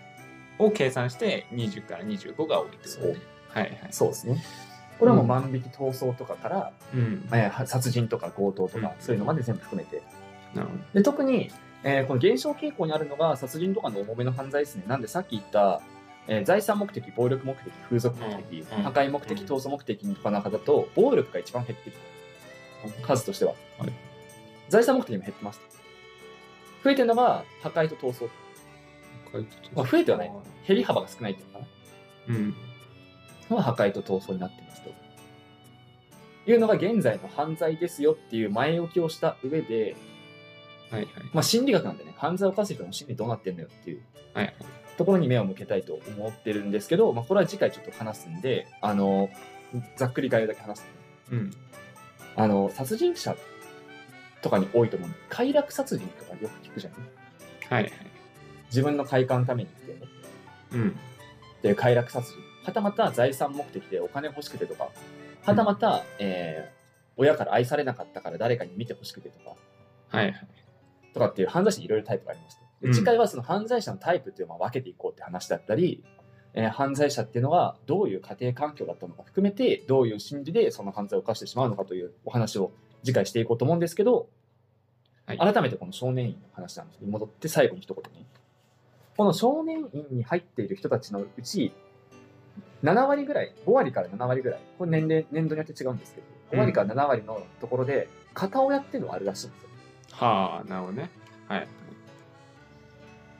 [SPEAKER 1] を計算して20から25が多いってこと
[SPEAKER 2] そう
[SPEAKER 1] ねはいはい
[SPEAKER 2] そうですね。これはもう万引き、逃走とかから、
[SPEAKER 1] うん
[SPEAKER 2] えーは殺人とか強盗
[SPEAKER 1] う
[SPEAKER 2] とか、
[SPEAKER 1] ん
[SPEAKER 2] そういうのまで全部含めて。
[SPEAKER 1] なるほど
[SPEAKER 2] で、特に、えーこの減少傾向にあるのが殺人とかの重めの犯罪ですね。なんでさっき言った、えー財産目的、暴力目的、風俗目的、
[SPEAKER 1] うんうん
[SPEAKER 2] 破壊目的、
[SPEAKER 1] うん
[SPEAKER 2] 闘争目的とかの中だと、暴力が一番減ってる。数としては。
[SPEAKER 1] はい
[SPEAKER 2] 財産目的も減ってます。増えてるのが破壊と闘争。まあ増えてはない。減り幅が少ないっていうのかな。
[SPEAKER 1] うん。
[SPEAKER 2] のが破壊と闘争になってますと。いうのが現在の犯罪ですよっていう前置きをした上で、
[SPEAKER 1] はいはい。
[SPEAKER 2] まあ、心理学なんでね、犯罪を犯す人の心理どうなってんのよっていう
[SPEAKER 1] はいはい
[SPEAKER 2] ところに目を向けたいと思ってるんですけど、まあ、これは次回ちょっと話すんで、あの、ざっくり概要だけ話すね。
[SPEAKER 1] うん。
[SPEAKER 2] あの、殺人者とかに多いと思うんで、快楽殺人とかよく聞くじゃん。
[SPEAKER 1] はいはい。
[SPEAKER 2] 自分の快感のためにってね、
[SPEAKER 1] うん。
[SPEAKER 2] っていう快楽殺人。はたまた財産目的でお金欲しくてとか、はたまた、えー親から愛されなかったから誰かに見て欲しくてとか、
[SPEAKER 1] はいはい。
[SPEAKER 2] とかっていう犯罪者にいろいろタイプがありますと。で
[SPEAKER 1] うん
[SPEAKER 2] 次回はその犯罪者のタイプっていうのをまあ分けていこうって話だったり、えー犯罪者っていうのはどういう家庭環境だったのか含めて、どういう心理でその犯罪を犯してしまうのかというお話を次回していこうと思うんですけど、
[SPEAKER 1] はい
[SPEAKER 2] 改めてこの少年院の話なんですに戻って最後に一言に。この少年院に入っている人たちのうち、7割ぐらい、5割から7割ぐらい、これ年齢、年度によって違うんですけど、5割から7割のところで、片親っていうのがあるらしいんですよ。
[SPEAKER 1] はあ、なるほどね。はい。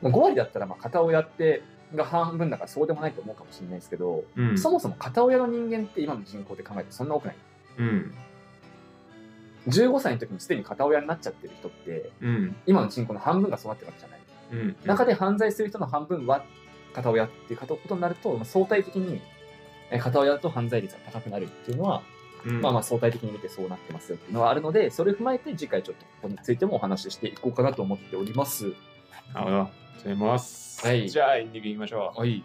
[SPEAKER 2] 5割だったらまあ片親ってが半分だからそうでもないと思うかもしれないですけど、
[SPEAKER 1] うん。
[SPEAKER 2] そもそも片親の人間って今の人口で考えてそんな多くない
[SPEAKER 1] うん。
[SPEAKER 2] 15歳の時にすでに片親になっちゃってる人って
[SPEAKER 1] うん。
[SPEAKER 2] 今の人口の半分がそうなってるわけじゃない、
[SPEAKER 1] うん。
[SPEAKER 2] 中で犯罪する人の半分は片親っていうことになると、まあ、相対的にえ片親だと犯罪率が高くなるっていうのは、
[SPEAKER 1] うん、
[SPEAKER 2] まあまあ相対的に見てそうなってますよっていうのはあるのでそれを踏まえて次回ちょっとここについてもお話ししていこうかなと思っております
[SPEAKER 1] あ。なるほど。じゃあ、ます。
[SPEAKER 2] はい
[SPEAKER 1] じゃあ、エンディングいきましょう。
[SPEAKER 2] い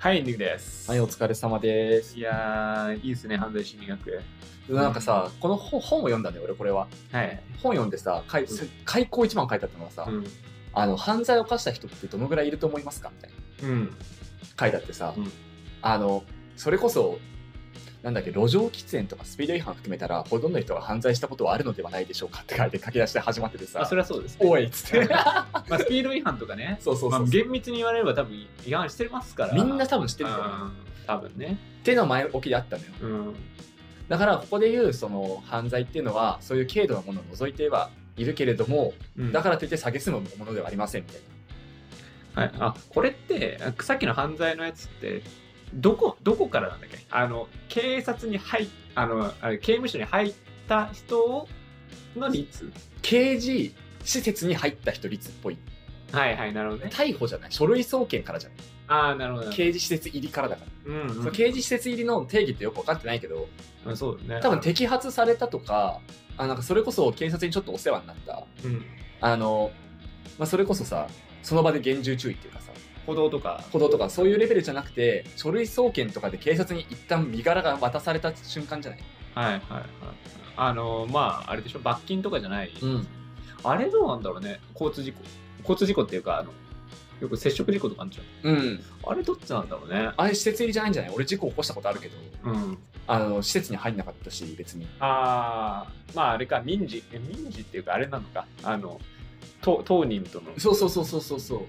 [SPEAKER 1] はい、エンディングです。
[SPEAKER 2] はいお疲れ様です
[SPEAKER 1] いやー、いいですね、犯罪心理学。
[SPEAKER 2] なんかさ、この本本を読んだんだよ、俺、これは。
[SPEAKER 1] はい。
[SPEAKER 2] 本読んでさ、
[SPEAKER 1] う
[SPEAKER 2] 開
[SPEAKER 1] ん
[SPEAKER 2] 開口一番書いてあったのがさ、
[SPEAKER 1] うん。
[SPEAKER 2] あの、犯罪を犯した人ってどのぐらいいると思いますかみたいな。
[SPEAKER 1] うん。
[SPEAKER 2] 書いてあってさ、
[SPEAKER 1] うん
[SPEAKER 2] あの、それこそ、なんだっけ、路上喫煙とかスピード違反含めたら、ほとんどの人が犯罪したことはあるのではないでしょうかって書いて書き出して始まってて
[SPEAKER 1] あ、
[SPEAKER 2] さ
[SPEAKER 1] そ、れはそうです、ね。
[SPEAKER 2] おいっつ って。
[SPEAKER 1] まあ、スピード違反とかね。
[SPEAKER 2] そうそう
[SPEAKER 1] ま
[SPEAKER 2] そ
[SPEAKER 1] あ、
[SPEAKER 2] う。
[SPEAKER 1] 厳密に言われれば多分違反してますから。
[SPEAKER 2] みんな
[SPEAKER 1] 知っ
[SPEAKER 2] 多分知ってるんだよね。
[SPEAKER 1] 多分ね。
[SPEAKER 2] っていうのは前置きであったのよ。
[SPEAKER 1] うん。
[SPEAKER 2] だから、ここで言う、その、犯罪っていうのは、そういう軽度なものを除いてはいるけれども、
[SPEAKER 1] うん
[SPEAKER 2] だからといって蔑むものではありませんみたいな。
[SPEAKER 1] はい、あこれってあさっきの犯罪のやつってどこどこからなんだっけあの警察に入っあのあれ刑務所に入った人をの率
[SPEAKER 2] 刑事施設に入った人率っぽい
[SPEAKER 1] はいはいなるほどね
[SPEAKER 2] 逮捕じゃない書類送検からじゃない
[SPEAKER 1] ああなるほどなる
[SPEAKER 2] 刑事施設入りからだから、
[SPEAKER 1] ほどうんうん
[SPEAKER 2] その刑事施設入りの定義ってよく分かってないけど
[SPEAKER 1] うんそうだね
[SPEAKER 2] 多分摘発されたとかあなんかそれこそ警察にちょっとお世話になった
[SPEAKER 1] うん
[SPEAKER 2] あの、まあ、それこそさその場で厳重注意っていうかさ
[SPEAKER 1] 歩道とか
[SPEAKER 2] 歩道とかそういうレベルじゃなくて書類送検とかで警察に一旦身柄が渡された瞬間じゃない、
[SPEAKER 1] はいはいはいあのまああれでしょ罰金とかじゃない、
[SPEAKER 2] ん、
[SPEAKER 1] あれどうなんだろうね交通事故交通事故っていうかあのよく接触事故とかあるじゃん
[SPEAKER 2] うん、
[SPEAKER 1] あれどっちなんだろうね
[SPEAKER 2] あれ施設入りじゃないんじゃない俺事故起こしたことあるけど
[SPEAKER 1] うん
[SPEAKER 2] あの施設に入んなかったし別に
[SPEAKER 1] ああ、まああれか、民事、え民事っていうかあれなのか、あの、当当人との。
[SPEAKER 2] そうそうそうそうそうそう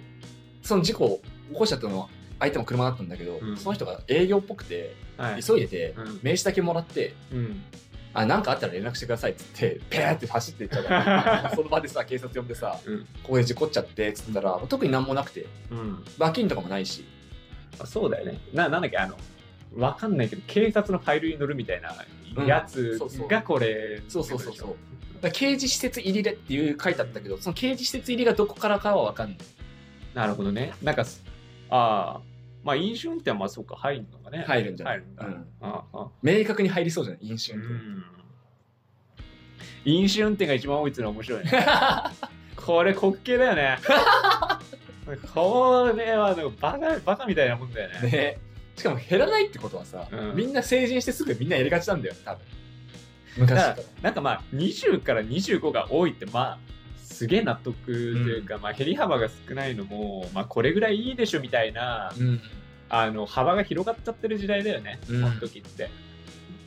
[SPEAKER 2] その事故を起こしちゃったのは相手も車だったんだけど、
[SPEAKER 1] うん
[SPEAKER 2] その人が営業っぽくて
[SPEAKER 1] はい。
[SPEAKER 2] 急いでて
[SPEAKER 1] うん。
[SPEAKER 2] 名刺だけもらって
[SPEAKER 1] うん。
[SPEAKER 2] 「あなんかあったら連絡してください」っつってペーって走っていっちゃった その場でさ警察呼んでさ
[SPEAKER 1] うん
[SPEAKER 2] 「ここで事故っちゃって」っつったら特に何もなくて
[SPEAKER 1] うん、
[SPEAKER 2] 罰金とかもないし
[SPEAKER 1] あそうだよね。な、なんだっけ、あの、わかんないけど、警察のファイルに乗るみたいな
[SPEAKER 2] うん
[SPEAKER 1] やつ
[SPEAKER 2] そうそう
[SPEAKER 1] がこれ、
[SPEAKER 2] そうそうそうそうだから刑事施設入りでっていう書いてあったけどその刑事施設入りがどこからかは分かんない
[SPEAKER 1] なるほどね。なんかす、ああ、まあ飲酒運転はまあそうか、入るのかね。
[SPEAKER 2] 入るんじゃない、
[SPEAKER 1] 入るん
[SPEAKER 2] う
[SPEAKER 1] だ。
[SPEAKER 2] ん、
[SPEAKER 1] ああ、
[SPEAKER 2] 明確に入りそうじゃない飲酒
[SPEAKER 1] う
[SPEAKER 2] 運転
[SPEAKER 1] ん。飲酒運転が一番多いっていうのは面白い ね。これ滑稽だよね。 これはなんかバカバカみたいなもんだよね。
[SPEAKER 2] ねしかも減らないってことはさ、
[SPEAKER 1] うん
[SPEAKER 2] みんな成人してすぐみんなやりがちなんだよ多分昔から
[SPEAKER 1] なんかまあ20から25が多いってまあすげえ納得というか、まあ、減り幅が少ないのも、まあ、これぐらいいいでしょみたいな
[SPEAKER 2] うん
[SPEAKER 1] あの幅が広がっちゃってる時代だよね、
[SPEAKER 2] うん
[SPEAKER 1] この時って。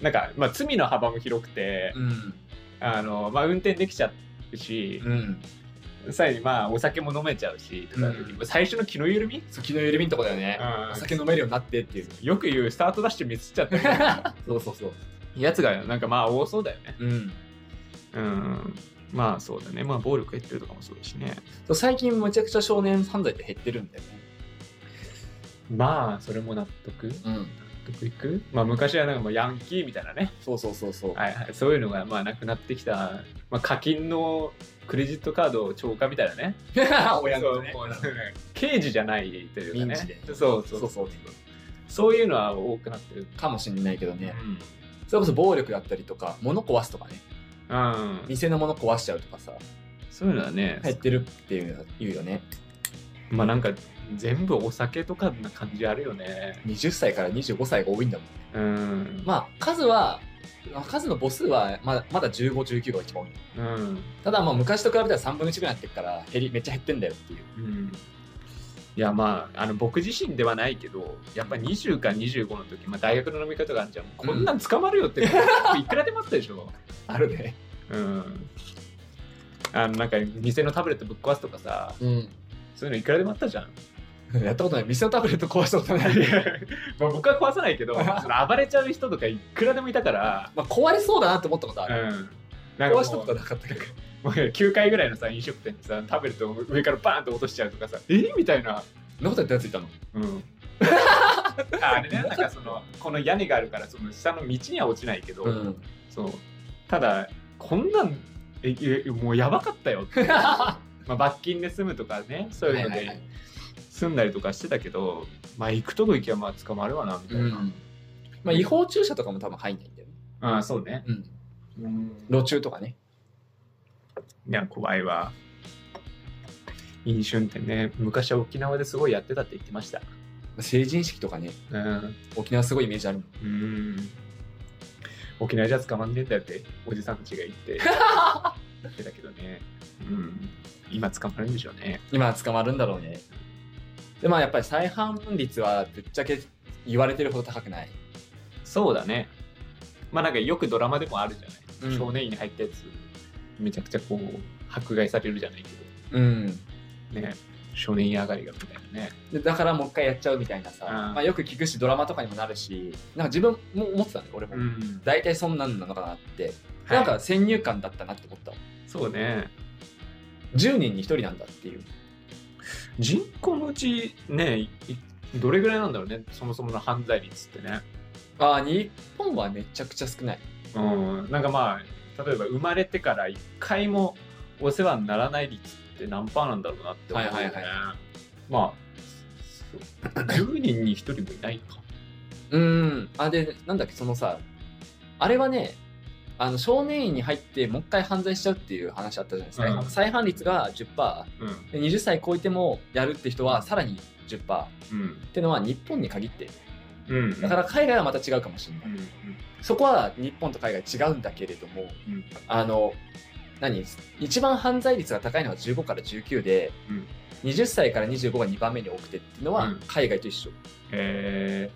[SPEAKER 1] なんか、まあ、罪の幅も広くて、
[SPEAKER 2] うん
[SPEAKER 1] あのまあ、運転できちゃうし、
[SPEAKER 2] うん
[SPEAKER 1] さらにまあお酒も飲めちゃうしとか、
[SPEAKER 2] うん
[SPEAKER 1] 最初の気の緩み、
[SPEAKER 2] そう昨日緩みんとこだよねお酒飲めるようになってって いう
[SPEAKER 1] よく言うスタートダッシュミスっちゃってる
[SPEAKER 2] そうそうそう
[SPEAKER 1] やつがなんかまあ多そうだよね
[SPEAKER 2] うん
[SPEAKER 1] うんまあそうだねまあ暴力減ってるとかもそうだしね
[SPEAKER 2] そう最近むちゃくちゃ少年犯罪って減ってるんだよね
[SPEAKER 1] まあそれも納得納
[SPEAKER 2] うん
[SPEAKER 1] 得いくまあ昔はなんかもうヤンキーみたいなね、
[SPEAKER 2] そうそうそうそう
[SPEAKER 1] はいはい、そういうのがまあなくなってきた、まあ、課金のクレジットカード超過みたいなね
[SPEAKER 2] 親のね
[SPEAKER 1] そうもうなんか刑事じゃないというかね
[SPEAKER 2] 民事で
[SPEAKER 1] そうそ
[SPEAKER 2] そうう
[SPEAKER 1] そ
[SPEAKER 2] そうう
[SPEAKER 1] いうのは多くなってる
[SPEAKER 2] かもしんないけどね
[SPEAKER 1] うん
[SPEAKER 2] それこそ暴力だったりとか物壊すとかね
[SPEAKER 1] うん、
[SPEAKER 2] 店の物壊しちゃうとかさ
[SPEAKER 1] そういうのはね、
[SPEAKER 2] 減ってるっていうのは言うよね
[SPEAKER 1] まあなんか全部お酒とかな感じあるよね。
[SPEAKER 2] 20歳から25歳が多いんだもん
[SPEAKER 1] うん。
[SPEAKER 2] まあ数は数の母数はまだまだ1519が一番多い
[SPEAKER 1] うん。
[SPEAKER 2] ただまあ昔と比べたら3分の1ぐらいになってるから減りめっちゃ減ってんだよっていう
[SPEAKER 1] うん。いやまああの僕自身ではないけどやっぱ20か25の時、まあ、大学の飲み方があるじゃんこんなん捕まるよって、いくらでもあったでしょ、
[SPEAKER 2] あるね
[SPEAKER 1] うん、あのなんか店のタブレットぶっ壊すとかさ
[SPEAKER 2] うん
[SPEAKER 1] そういうのいくらでもあったじゃん
[SPEAKER 2] やったことない店のタブレット壊したことない
[SPEAKER 1] いや まあ僕は壊さないけ どその暴れちゃう人とかいくらでもいたから、
[SPEAKER 2] まあ壊れそうだなって思ったことあ
[SPEAKER 1] う
[SPEAKER 2] る、
[SPEAKER 1] ん、なんかもう
[SPEAKER 2] 壊したことはなかったけど
[SPEAKER 1] もう9回ぐらいのさ飲食店でさタブレットを上からバーンと落としちゃうとかさえみたいな
[SPEAKER 2] そんなことやったやついたの
[SPEAKER 1] うんあれねなんかそのこの屋根があるからその下の道には落ちないけど、
[SPEAKER 2] ん
[SPEAKER 1] そうただこんなんええもうやばかったよっ て、まあ、罰金で済むとかねそういうの
[SPEAKER 2] はいはいは
[SPEAKER 1] で
[SPEAKER 2] い
[SPEAKER 1] 済んだりとかしてたけどまあ行くとこ行きゃまあ捕まるわなみたいな、
[SPEAKER 2] まあ違法駐車とかも多分入んないんだよね、
[SPEAKER 1] ああそうね、
[SPEAKER 2] うん、
[SPEAKER 1] うん
[SPEAKER 2] 路中とかね
[SPEAKER 1] いや怖いわ飲酒運転ね昔は沖縄ですごいやってたって言ってました
[SPEAKER 2] 成人式とかね
[SPEAKER 1] うん
[SPEAKER 2] 沖縄すごいイメージあるもん
[SPEAKER 1] うーん沖縄じゃ捕まんねえんだよっておじさんたちが言って 言ってたけどね、うん、今捕まるんでしょうね
[SPEAKER 2] 今は捕まるんだろうねでまあやっぱり再犯率はぶっちゃけ言われてるほど高くない
[SPEAKER 1] そうだねまあなんかよくドラマでもあるじゃない、
[SPEAKER 2] うん
[SPEAKER 1] 少年院に入ったやつめちゃくちゃこう迫害されるじゃないけ
[SPEAKER 2] うん
[SPEAKER 1] どね少年院上がりがみたいなね
[SPEAKER 2] でだからもう一回やっちゃうみたいなさ、
[SPEAKER 1] うん
[SPEAKER 2] まあ、よく聞くしドラマとかにもなるしなんか自分も思ってたね俺も、
[SPEAKER 1] ん、
[SPEAKER 2] 大体そんなんなのかなって、
[SPEAKER 1] はい
[SPEAKER 2] なんか先入観だったなって思った
[SPEAKER 1] そうね
[SPEAKER 2] 10人に1人なんだっていう
[SPEAKER 1] 人口のうちねいいどれぐらいなんだろうねそもそもの犯罪率ってね
[SPEAKER 2] ああ日本はめちゃくちゃ少ない
[SPEAKER 1] うん、なんかまあ例えば生まれてから一回もお世話にならない率って何パーなんだろうなって思うよね、
[SPEAKER 2] はいはい
[SPEAKER 1] まあそう10人に1人もいないか
[SPEAKER 2] うんあでなんだっけそのさあれはねあの少年院に入ってもう一回犯罪しちゃうっていう話あったじゃないですか、
[SPEAKER 1] うん
[SPEAKER 2] 再犯率が 10%20
[SPEAKER 1] う
[SPEAKER 2] 歳超えてもやるって人はさらに10%っ
[SPEAKER 1] ん
[SPEAKER 2] てのは日本に限って
[SPEAKER 1] うんうん
[SPEAKER 2] だから海外はまた違うかもしれない、
[SPEAKER 1] うん
[SPEAKER 2] そこは日本と海外違うんだけれども、
[SPEAKER 1] うん
[SPEAKER 2] あの何一番犯罪率が高いのは15から19で、
[SPEAKER 1] うん
[SPEAKER 2] 20歳から25が2番目に多くてっていうの
[SPEAKER 1] う
[SPEAKER 2] は
[SPEAKER 1] ん
[SPEAKER 2] 海外と一緒
[SPEAKER 1] え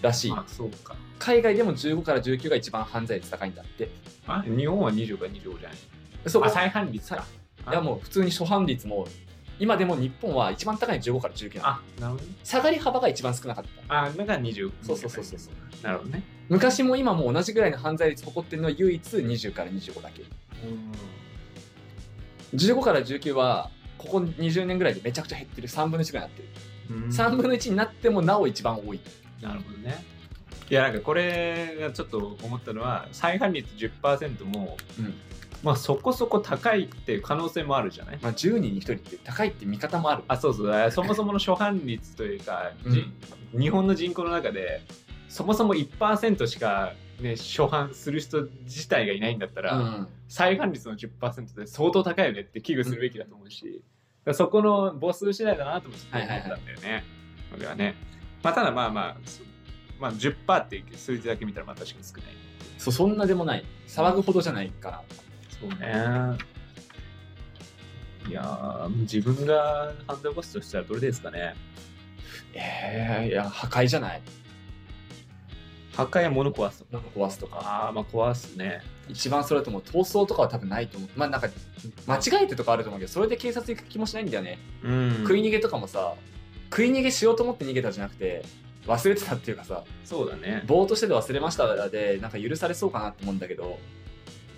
[SPEAKER 2] らしい、
[SPEAKER 1] ー、あそうか
[SPEAKER 2] 海外でも15から19が一番犯罪率高いんだって
[SPEAKER 1] あ日本は20か25じゃない
[SPEAKER 2] そう
[SPEAKER 1] あ再犯率か
[SPEAKER 2] いやもう普通に初犯率も今でも日本は一番高いの15から19なの
[SPEAKER 1] あなるほどね
[SPEAKER 2] 下がり幅が一番少なかった
[SPEAKER 1] あなんか20
[SPEAKER 2] そうそうそうそうそう
[SPEAKER 1] なるほどね
[SPEAKER 2] 昔も今も同じぐらいの犯罪率誇ってるのは唯一20から25だけ15から19はここ20年ぐらいでめちゃくちゃ減ってる3分の1ぐらいになってる
[SPEAKER 1] うん
[SPEAKER 2] 3分の1になってもなお一番多い
[SPEAKER 1] なるほどね。いやなんかこれがちょっと思ったのは再犯率10%も、
[SPEAKER 2] うん
[SPEAKER 1] まあそこそこ高いっていう可能性もあるじゃない
[SPEAKER 2] まあ10人に1人って高いって見方もある
[SPEAKER 1] あそうそうあそもそもの初犯率と いうか、じ日本の人口の中でそもそも1%しか、ね、初犯する人自体がいないんだったら、
[SPEAKER 2] うん
[SPEAKER 1] 再犯率の10%で相当高いよねって危惧するべきだと思うし、だからそこの母数次第だなともちょっと思ったんだよね。これはね、まあ、ただまあまあ、そまあ、10%っていう数字だけ見たらまあ確かに少ない。
[SPEAKER 2] そうそんなでもない騒ぐほどじゃないか
[SPEAKER 1] そうね。いやー自分が犯罪起こすとしたらどれですかね
[SPEAKER 2] ええいや、破壊じゃない
[SPEAKER 1] 破壊や物壊すとか
[SPEAKER 2] なんか壊すとか。
[SPEAKER 1] ああまあ壊すね
[SPEAKER 2] 一番それだともう逃走とかは多分ないと思う。まあなんか、間違えてとかあると思うけど、それで警察行く気もしないんだよね。
[SPEAKER 1] うん
[SPEAKER 2] 食い逃げとかもさ、食い逃げしようと思って逃げたじゃなくて、忘れてたっていうかさ、
[SPEAKER 1] そうだね
[SPEAKER 2] ぼーっとしてて忘れましたで、なんか許されそうかなって思うんだけど、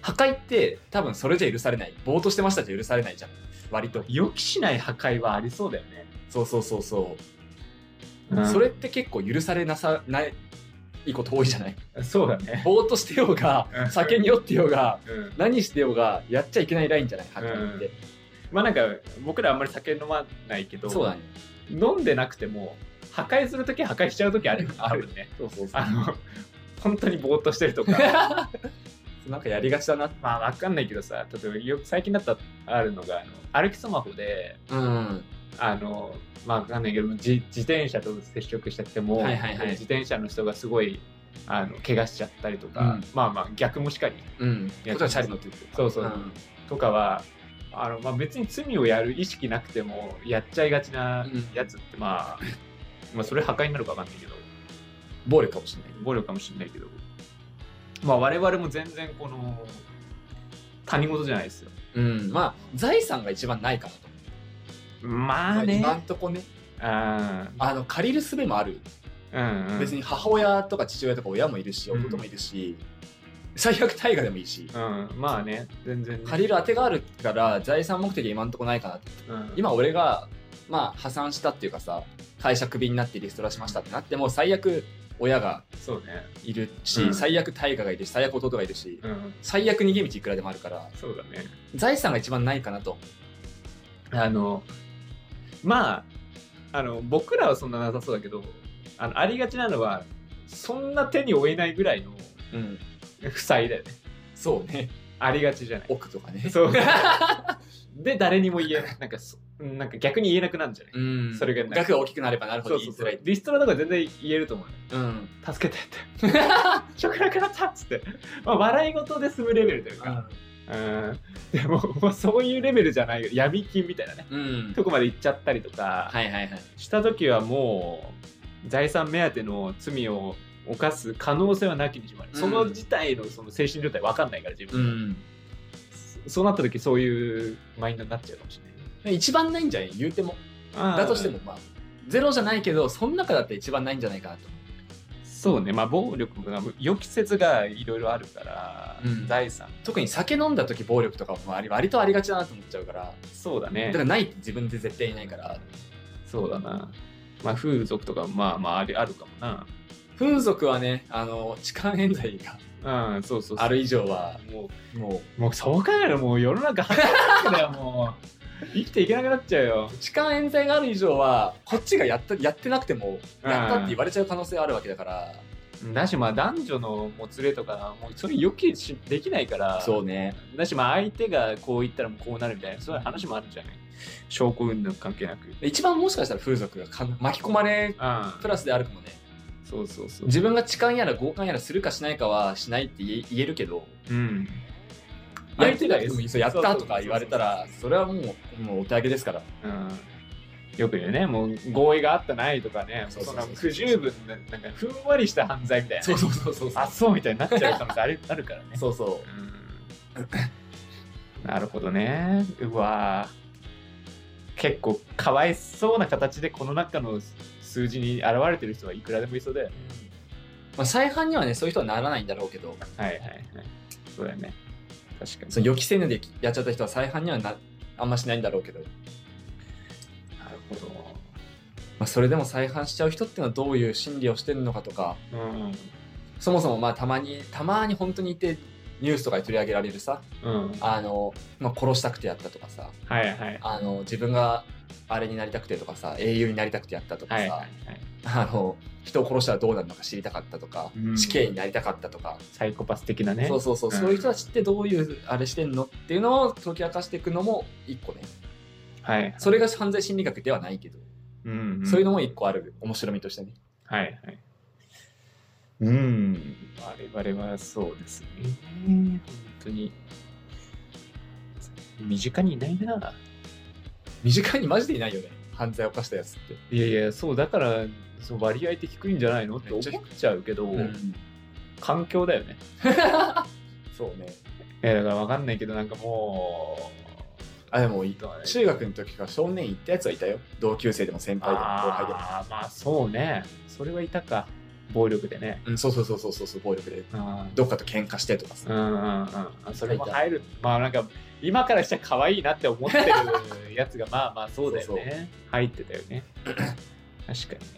[SPEAKER 2] 破壊って多分それじゃ許されない。ぼーっとしてましたじゃ許されないじゃん。割と。
[SPEAKER 1] 予期しない破壊はありそうだよね、
[SPEAKER 2] そうそうそうそう。それって結構許されなさないいいこと多いじゃない
[SPEAKER 1] そうだね
[SPEAKER 2] ぼーっとしてようが
[SPEAKER 1] うん
[SPEAKER 2] 酒に酔ってようが
[SPEAKER 1] うん
[SPEAKER 2] 何してようがやっちゃいけないラインじゃないはっきり言って、
[SPEAKER 1] まあなんか僕らあんまり酒飲まないけど
[SPEAKER 2] そうだね
[SPEAKER 1] 飲んでなくても破壊するとき破壊しちゃうときあるよね多分ね
[SPEAKER 2] そうそうそ
[SPEAKER 1] あの本当にぼーっとしてると か
[SPEAKER 2] う なんかやりがちだな
[SPEAKER 1] まあわかんないけどさ例えばよく最近だったらあるのがあの歩きスマホで
[SPEAKER 2] うん
[SPEAKER 1] あのまあわかんないけど自自転車と接触しちゃっても、
[SPEAKER 2] はいはいはい
[SPEAKER 1] 自転車の人がすごいあの怪我しちゃったりとか、
[SPEAKER 2] うん
[SPEAKER 1] まあまあ逆もしかり
[SPEAKER 2] うん
[SPEAKER 1] いや
[SPEAKER 2] こっちはチャリ乗ってる
[SPEAKER 1] そうそう、
[SPEAKER 2] ん
[SPEAKER 1] とかはあの、まあ、別に罪をやる意識なくてもやっちゃいがちなやつって、まあ、まあそれ破壊になるか分かんないけど
[SPEAKER 2] 暴力かもしれない
[SPEAKER 1] 暴力かもしれないけど、まあ、我々も全然この他人事じゃないですよ
[SPEAKER 2] うんまあ財産が一番ないかなと
[SPEAKER 1] ま
[SPEAKER 2] ま
[SPEAKER 1] あ
[SPEAKER 2] あ
[SPEAKER 1] ね
[SPEAKER 2] 今んとこね
[SPEAKER 1] あ
[SPEAKER 2] あの借りる術もある、
[SPEAKER 1] うんうん
[SPEAKER 2] 別に母親とか父親とか親もいるし
[SPEAKER 1] うん
[SPEAKER 2] 弟もいるし、最悪大河でもいいし
[SPEAKER 1] うんまあね全然ね、
[SPEAKER 2] 借りる当てがあるから財産目的は今んとこないかなって
[SPEAKER 1] うん
[SPEAKER 2] 今俺がまあ破産したっていうかさ会社クビになってリストラしましたってなっても最悪親が
[SPEAKER 1] そうね
[SPEAKER 2] いるし、
[SPEAKER 1] うん
[SPEAKER 2] 最悪大我がいるし最悪弟がいるし、
[SPEAKER 1] うん
[SPEAKER 2] 最悪逃げ道いくらでもあるから
[SPEAKER 1] そうだね
[SPEAKER 2] 財産が一番ないかなと
[SPEAKER 1] あのまああの僕らはそんななさそうだけどあのありがちなのはそんな手に負えないぐらいの
[SPEAKER 2] うん
[SPEAKER 1] 負債だよね
[SPEAKER 2] そうね
[SPEAKER 1] ありがちじゃない
[SPEAKER 2] 奥とかね
[SPEAKER 1] そう で誰にも言えないなんかそなんか逆に言えなくなるんじゃない、
[SPEAKER 2] うん
[SPEAKER 1] それがない
[SPEAKER 2] 額が大きくなればなるほ
[SPEAKER 1] そ
[SPEAKER 2] ど
[SPEAKER 1] う
[SPEAKER 2] 言
[SPEAKER 1] そそ
[SPEAKER 2] いうづら
[SPEAKER 1] う
[SPEAKER 2] い
[SPEAKER 1] リストラとか全然言えると思うよ
[SPEAKER 2] うん
[SPEAKER 1] 助けてって 食なくなったっつって、まあ、笑い事で済むレベルというか、うん、でも もうそういうレベルじゃない闇金みたいなね
[SPEAKER 2] うん
[SPEAKER 1] とこまで行っちゃったりとか、
[SPEAKER 2] はいはいはい
[SPEAKER 1] した時はもう財産目当ての罪を犯す可能性はなきにしもあらず、
[SPEAKER 2] うん
[SPEAKER 1] その自体のその精神状態わかんないから自
[SPEAKER 2] う
[SPEAKER 1] 分、
[SPEAKER 2] ん
[SPEAKER 1] そそうなった時そういうマインドになっちゃうかもしれない
[SPEAKER 2] 一番ないんじゃない言うても
[SPEAKER 1] あー
[SPEAKER 2] だとしてもまあゼロじゃないけどその中だって一番ないんじゃないかなと
[SPEAKER 1] そうねまあ暴力が予期せずがいろいろあるから、
[SPEAKER 2] うん
[SPEAKER 1] 財産
[SPEAKER 2] 特に酒飲んだ時暴力とかもあり割とありがちだなと思っちゃうから
[SPEAKER 1] そうだね
[SPEAKER 2] だからないって自分で絶対いないから
[SPEAKER 1] そうだなまあ風俗とかまあまあありあるかも
[SPEAKER 2] 風俗はねあの痴漢冤罪が
[SPEAKER 1] なうんそうそうそう
[SPEAKER 2] ある以上は
[SPEAKER 1] も
[SPEAKER 2] も
[SPEAKER 1] うもうそう考えるもう世の中働くんだよもう 生きていけなくなっちゃうよ
[SPEAKER 2] う痴漢冤罪がある以上はこっちがやったやってなくても
[SPEAKER 1] うん
[SPEAKER 2] やったって言われちゃう可能性あるわけだから、
[SPEAKER 1] だしまあ男女のもつれとかもうそれ予期しできないから
[SPEAKER 2] そうね
[SPEAKER 1] だしまあ相手がこう言ったらもうこうなるみたいなそういう話もあるじゃない証拠云々関係なく
[SPEAKER 2] 一番もしかしたら風俗がか巻き込まれ
[SPEAKER 1] あ
[SPEAKER 2] プラスであるかもね
[SPEAKER 1] そうそうそう
[SPEAKER 2] 自分が痴漢やら強姦やらするかしないかはしないって言え言えるけど
[SPEAKER 1] うん
[SPEAKER 2] 相手がでもそうやったとか言われたらそれはもうもうお手上げですから
[SPEAKER 1] うんよく言うねもう合意があったないとかね
[SPEAKER 2] そう
[SPEAKER 1] そ
[SPEAKER 2] そ
[SPEAKER 1] う
[SPEAKER 2] そ
[SPEAKER 1] ん
[SPEAKER 2] う
[SPEAKER 1] な不十分ななんかふんわりした犯罪みたいなね、
[SPEAKER 2] そうそうそうそうそう
[SPEAKER 1] あそうみたいになっちゃう可能性 あるあるからね
[SPEAKER 2] そうそう
[SPEAKER 1] うんなるほどねうわー結構かわいそうな形でこの中の数字に現れてる人はいくらでもいそうだよね
[SPEAKER 2] まあ、再犯にはねそういう人はならないんだろうけど
[SPEAKER 1] はいはいはいそうだよね確かに
[SPEAKER 2] その予期せぬでやっちゃった人は再犯にはなあんましないんだろうけど、ま
[SPEAKER 1] なるほ
[SPEAKER 2] あ、それでも再犯しちゃう人っていうのはどういう心理をしてるのかとか
[SPEAKER 1] どうん
[SPEAKER 2] そもそもまあたまにたまに本当にいてニュースとかで取り上げられるさ
[SPEAKER 1] うん
[SPEAKER 2] あの、まあ、殺したくてやったとかさ
[SPEAKER 1] はいはい
[SPEAKER 2] あの自分があれになりたくてとかさ英雄になりたくてやったとか
[SPEAKER 1] は
[SPEAKER 2] さ、
[SPEAKER 1] いはいはい
[SPEAKER 2] あの人を殺したらどうなるのか知りたかったとか、
[SPEAKER 1] うん
[SPEAKER 2] 死刑になりたかったとか、
[SPEAKER 1] サイコパス的なね
[SPEAKER 2] そうそうそう、
[SPEAKER 1] うん
[SPEAKER 2] そういう人たちってどういうあれしてんのっていうのを解き明かしていくのも一個ね
[SPEAKER 1] はい
[SPEAKER 2] それが犯罪心理学ではないけど、
[SPEAKER 1] うんん
[SPEAKER 2] そういうのも一個ある面白みとしてね。
[SPEAKER 1] はいはい。うん、我々はそうですね。本当に、身近にいないな。
[SPEAKER 2] 身近にマジでいないよね犯罪を犯したやつって
[SPEAKER 1] いやいやそうだからそう割合って低いんじゃないのって思っちゃうけど、
[SPEAKER 2] ん
[SPEAKER 1] 環境だよね
[SPEAKER 2] そうね
[SPEAKER 1] いやだから分かんないけどなんかも
[SPEAKER 2] あでも
[SPEAKER 1] うい
[SPEAKER 2] いい
[SPEAKER 1] いとはね
[SPEAKER 2] 中学の時から少年院行ったやつはいたよ同級生でも先輩でも後輩でも
[SPEAKER 1] あーまあそうねそれはいたか暴力でね
[SPEAKER 2] うん、そうそうそうそうそうそう暴力で
[SPEAKER 1] うん
[SPEAKER 2] どっかと喧嘩してとかさ
[SPEAKER 1] うんうんうんそれも入るまあなんか今からしたら可愛いなって思ってるやつがまあまあそうだよね
[SPEAKER 2] そうそう
[SPEAKER 1] 入ってたよ ね確か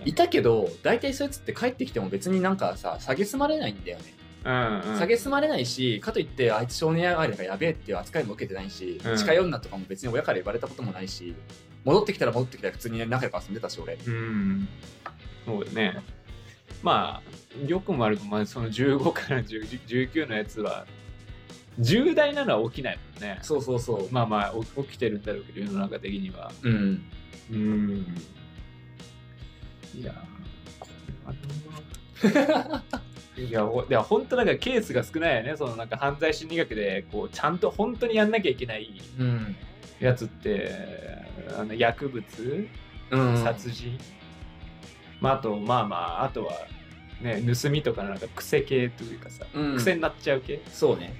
[SPEAKER 1] に
[SPEAKER 2] い
[SPEAKER 1] ね
[SPEAKER 2] たけど大体そういうやつって帰ってきても別になんかさ蔑まれないんだよね
[SPEAKER 1] うんうん
[SPEAKER 2] 蔑まれないしかといってあいつ少年上がりだからやべえっていう扱いも受けてないし、
[SPEAKER 1] うん
[SPEAKER 2] 近寄んなとかも別に親から言われたこともないし戻ってきたら戻ってきたら普通に仲良く遊んでたし俺
[SPEAKER 1] うんそうだねまあよくも悪くもまあその15から10 19のやつは重大なのは起きないもんね
[SPEAKER 2] そうそうそう
[SPEAKER 1] まあまあお起きてるんだろうけど世の中的には
[SPEAKER 2] うん
[SPEAKER 1] うんいやこ れはいやほいや本当なんかケースが少ないよねそのなんか犯罪心理学でこうちゃんと本当にやんなきゃいけない
[SPEAKER 2] うん
[SPEAKER 1] やつってあの薬物
[SPEAKER 2] うん
[SPEAKER 1] 殺人、まあ、あとまあまああとはね盗みとかのなんか癖系というかさ、
[SPEAKER 2] うん
[SPEAKER 1] 癖になっちゃう系
[SPEAKER 2] そうね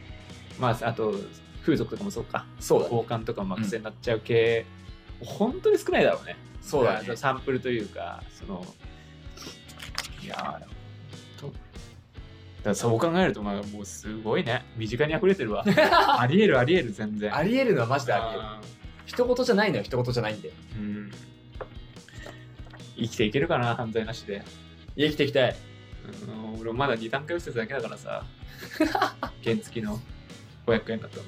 [SPEAKER 1] まああと風俗とかもそうか
[SPEAKER 2] そうだね
[SPEAKER 1] 交換とかもまあ癖になっちゃう系、本当に少ないだろうね
[SPEAKER 2] そうだね
[SPEAKER 1] サンプルというかそのいやーほんとだからそう考えるとまあもうすごいね身近に溢れてる わありえるありえる全然
[SPEAKER 2] ありえるのはマジでありえる一言じゃないのよ一言じゃないんで
[SPEAKER 1] えるうん生きていけるかな犯罪なしで
[SPEAKER 2] 生きていきたい
[SPEAKER 1] うん俺まだ二段階右折だけだから さ原付の500円だ ったの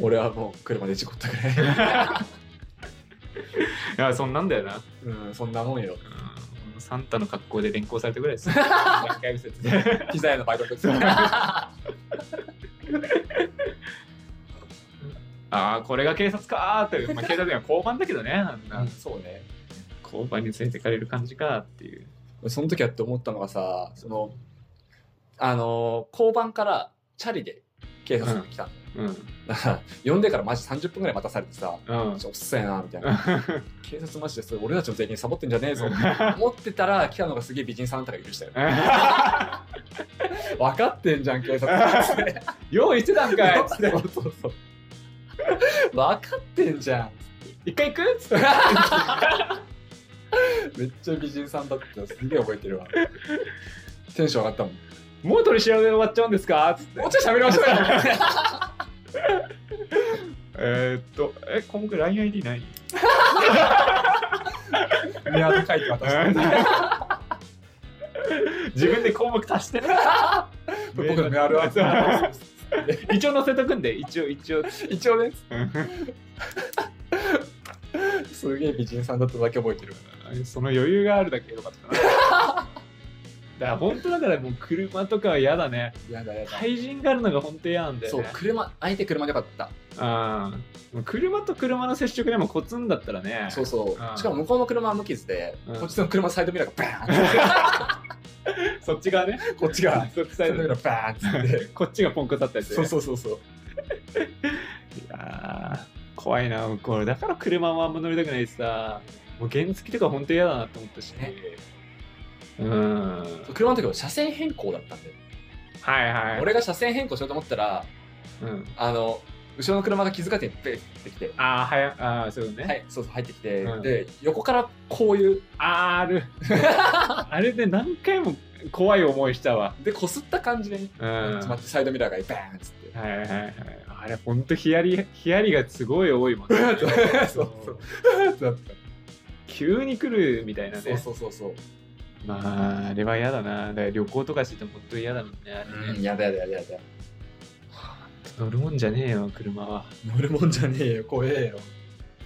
[SPEAKER 2] 俺はもう車で事故ったぐらい
[SPEAKER 1] いやそんなんだよな、
[SPEAKER 2] うんそんなもんよ
[SPEAKER 1] うん、サンタの格好で連行されたぐらい ですよ二段階右折で
[SPEAKER 2] 機材のバイトの時
[SPEAKER 1] ああこれが警察かーって、 まあ、警察には交番だけどねあんな
[SPEAKER 2] そうね
[SPEAKER 1] 交番に連れてかれる感じかっていう
[SPEAKER 2] その時はって思ったのがさそのあのー交番からチャリで警察が来たの、
[SPEAKER 1] うん
[SPEAKER 2] だから呼んでからマジ30分ぐらい待たされてさ「
[SPEAKER 1] うん
[SPEAKER 2] ちょおっせえな」みたいな
[SPEAKER 1] う
[SPEAKER 2] 「警察マジでそれ俺たちの税金サボってんじゃねえぞ」
[SPEAKER 1] ん
[SPEAKER 2] 思ってたら来たのがすげえ美人さんだったから許したよ分かってんじゃん警察
[SPEAKER 1] 用意してたんかい
[SPEAKER 2] そうそうそう分かってんじゃん
[SPEAKER 1] 一回行くっつって
[SPEAKER 2] めっちゃ美人さんだったすげえ覚えてるわテンション上がったもん
[SPEAKER 1] もう取り調べ終わっちゃうんですかっつって
[SPEAKER 2] もうちょい喋りましょうよ
[SPEAKER 1] えー、っとえ今後 LINEID ない
[SPEAKER 2] 目当て書いて渡して
[SPEAKER 1] 自分で項目足して ね
[SPEAKER 2] 僕のメールは
[SPEAKER 1] 一応載せとくんで一応一応
[SPEAKER 2] 一応ね
[SPEAKER 1] うん
[SPEAKER 2] すげえ美人さんだっただけ覚えてる
[SPEAKER 1] その余裕があるだけよか ったなだから本当だからもう車とかは嫌だね
[SPEAKER 2] やだやだ、
[SPEAKER 1] 対人があるのが本当嫌なんだよ
[SPEAKER 2] そう
[SPEAKER 1] ね
[SPEAKER 2] 車相手車でよかった、
[SPEAKER 1] うんもう車と車の接触でもコツんだったらね
[SPEAKER 2] そうそう
[SPEAKER 1] うん
[SPEAKER 2] しかも向こうの車は無傷で、
[SPEAKER 1] うん
[SPEAKER 2] こっちの車サイドミラーがバーンっ
[SPEAKER 1] そっち側ね
[SPEAKER 2] てこっちが
[SPEAKER 1] そっち
[SPEAKER 2] サ
[SPEAKER 1] サ
[SPEAKER 2] イ
[SPEAKER 1] イ
[SPEAKER 2] ドミ
[SPEAKER 1] ド
[SPEAKER 2] ラーバーンっつって
[SPEAKER 1] こっちがポンコツだったりす
[SPEAKER 2] そう
[SPEAKER 1] る
[SPEAKER 2] そうそうそう
[SPEAKER 1] いやー怖いなこれだから車もあんま乗りたくないしさもう原付とか本当嫌だなと思ったしねうんはい
[SPEAKER 2] 車の時は車線変更だったんで、
[SPEAKER 1] はい
[SPEAKER 2] 俺が車線変更しようと思ったら
[SPEAKER 1] うん、
[SPEAKER 2] あの後ろの車が気づかずにベッてきて
[SPEAKER 1] あーはやあーそういうことね、
[SPEAKER 2] はい、そうそう入ってきて、
[SPEAKER 1] うん
[SPEAKER 2] で横からこういう
[SPEAKER 1] あーあ るあれで何回も怖い思いしたわ
[SPEAKER 2] でこすった感じで、ね
[SPEAKER 1] うんは
[SPEAKER 2] 詰まってサイドミラーがバーンっつって
[SPEAKER 1] いはいはいあれほんとヒヤリヒヤリがすごい多いもんね
[SPEAKER 2] そうそうだった
[SPEAKER 1] 急に来るみたいなね
[SPEAKER 2] そうそうそうそう
[SPEAKER 1] まああれは嫌だなだから旅行とかしてても本当に嫌だもんねあれ
[SPEAKER 2] うん
[SPEAKER 1] ね
[SPEAKER 2] やだやだやだやだ
[SPEAKER 1] 乗るもんじゃねえよ車は
[SPEAKER 2] 乗るもんじゃねえよ怖えよ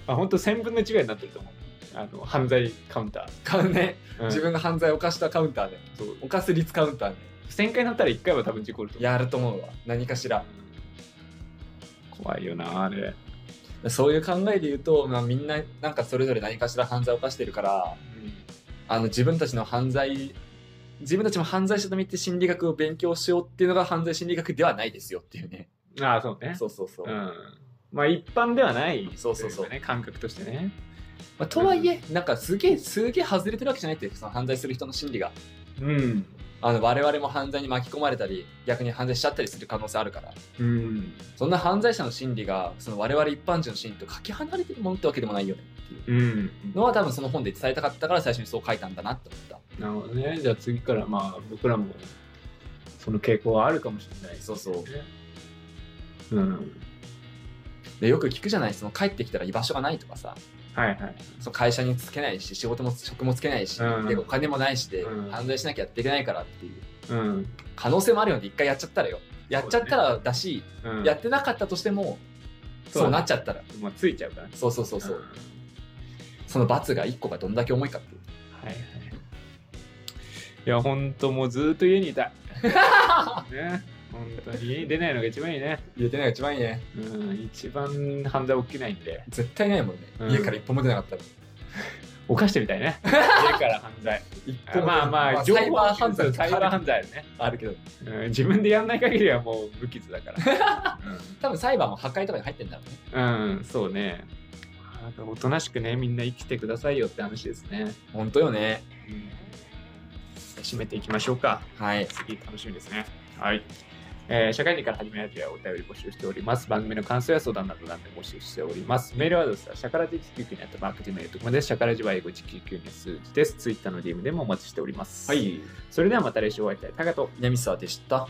[SPEAKER 1] あ本当1000分の1ぐらいになってると思うあの犯罪カウンタ
[SPEAKER 2] 買うね、
[SPEAKER 1] ー、うん
[SPEAKER 2] 自分が犯罪を犯したカウンターで
[SPEAKER 1] そう
[SPEAKER 2] 犯す率カウンターで
[SPEAKER 1] 1000回乗ったら1回は多分事故ると思う
[SPEAKER 2] やると思うわ何かしら
[SPEAKER 1] うん怖いよなあれ
[SPEAKER 2] そういう考えで言うと、まあ、みんななんかそれぞれ何かしら犯罪を犯してるからあの自分たちの犯罪自分たちも犯罪者と見て心理学を勉強しようっていうのが犯罪心理学ではないですよっていうね
[SPEAKER 1] ああそうね
[SPEAKER 2] そうそうそう、
[SPEAKER 1] うんまあ一般ではない、
[SPEAKER 2] そうそうそ
[SPEAKER 1] と
[SPEAKER 2] う
[SPEAKER 1] いかね、感覚としてね。
[SPEAKER 2] まあ、とはいえ、なんかすげえ、すげえ外れてるわけじゃないっていう、その犯罪する人の心理が。
[SPEAKER 1] うん。
[SPEAKER 2] あの、我々も犯罪に巻き込まれたり、逆に犯罪しちゃったりする可能性あるから。
[SPEAKER 1] うん。
[SPEAKER 2] そんな犯罪者の心理が、その我々一般人の心理とかけ離れてるもんってわけでもないよねっていう
[SPEAKER 1] うん。
[SPEAKER 2] のは多分その本で伝えたかったから最初にそう書いたんだなって思った。
[SPEAKER 1] なるほどね。じゃあ次からまあ僕らもその傾向はあるかもしれないです
[SPEAKER 2] そうそう。
[SPEAKER 1] ね。うん。
[SPEAKER 2] で、よく聞くじゃない、その帰ってきたら居場所がないとかさ、
[SPEAKER 1] はいはい。
[SPEAKER 2] その会社につけないし、仕事も職もつけないし、
[SPEAKER 1] うん
[SPEAKER 2] で、お金もないしで、
[SPEAKER 1] うん
[SPEAKER 2] 犯罪しなきゃやっていけないからってい
[SPEAKER 1] う
[SPEAKER 2] う。
[SPEAKER 1] ん。
[SPEAKER 2] 可能性もあるよね、一回やっちゃったらよ。やっちゃったらだし、
[SPEAKER 1] うん、
[SPEAKER 2] やってなかったとしても、
[SPEAKER 1] そう
[SPEAKER 2] そう
[SPEAKER 1] だね
[SPEAKER 2] なっちゃったら。
[SPEAKER 1] もうついちゃうからね。
[SPEAKER 2] そうそうそうそう。
[SPEAKER 1] ん
[SPEAKER 2] その罰が一個がどんだけ重いかっていう。
[SPEAKER 1] はいはい。いや、ほんともうずーっと家に いたい。ね。本当に家に出ないのが一番いいね。
[SPEAKER 2] 入れてないが一番いいね。
[SPEAKER 1] うん。一番犯罪起きないん で。
[SPEAKER 2] 絶対ないもんね。
[SPEAKER 1] うん
[SPEAKER 2] 家から一歩も出なかったら。
[SPEAKER 1] 犯してみたい ね。家から犯罪。
[SPEAKER 2] 一
[SPEAKER 1] あまあまあ、
[SPEAKER 2] サイバー犯罪
[SPEAKER 1] サイバー犯罪ね。
[SPEAKER 2] あるけど、
[SPEAKER 1] うん自分でやんない限りはもう無傷だ から。
[SPEAKER 2] 多分サイバーも破壊とかに入ってんだろうね。
[SPEAKER 1] うん、うんそうね。まあなんかおとなしくね、みんな生きてくださいよって話ですね。
[SPEAKER 2] 本当よね。
[SPEAKER 1] 締めていきましょうか。
[SPEAKER 2] はい。
[SPEAKER 1] 次楽しみですね。はい。えー社会人から始めるやつやお便り募集しております。番組の感想や相談など何でも募集しております。メールアドレスはシャカラジ199にあったマークティメールとかまで、シャカラジは英語199に数字です。ツイッターの DM でもお待ちしております。
[SPEAKER 2] は。い。
[SPEAKER 1] それではまた来週お会いしたい。タカと
[SPEAKER 2] 南沢でした。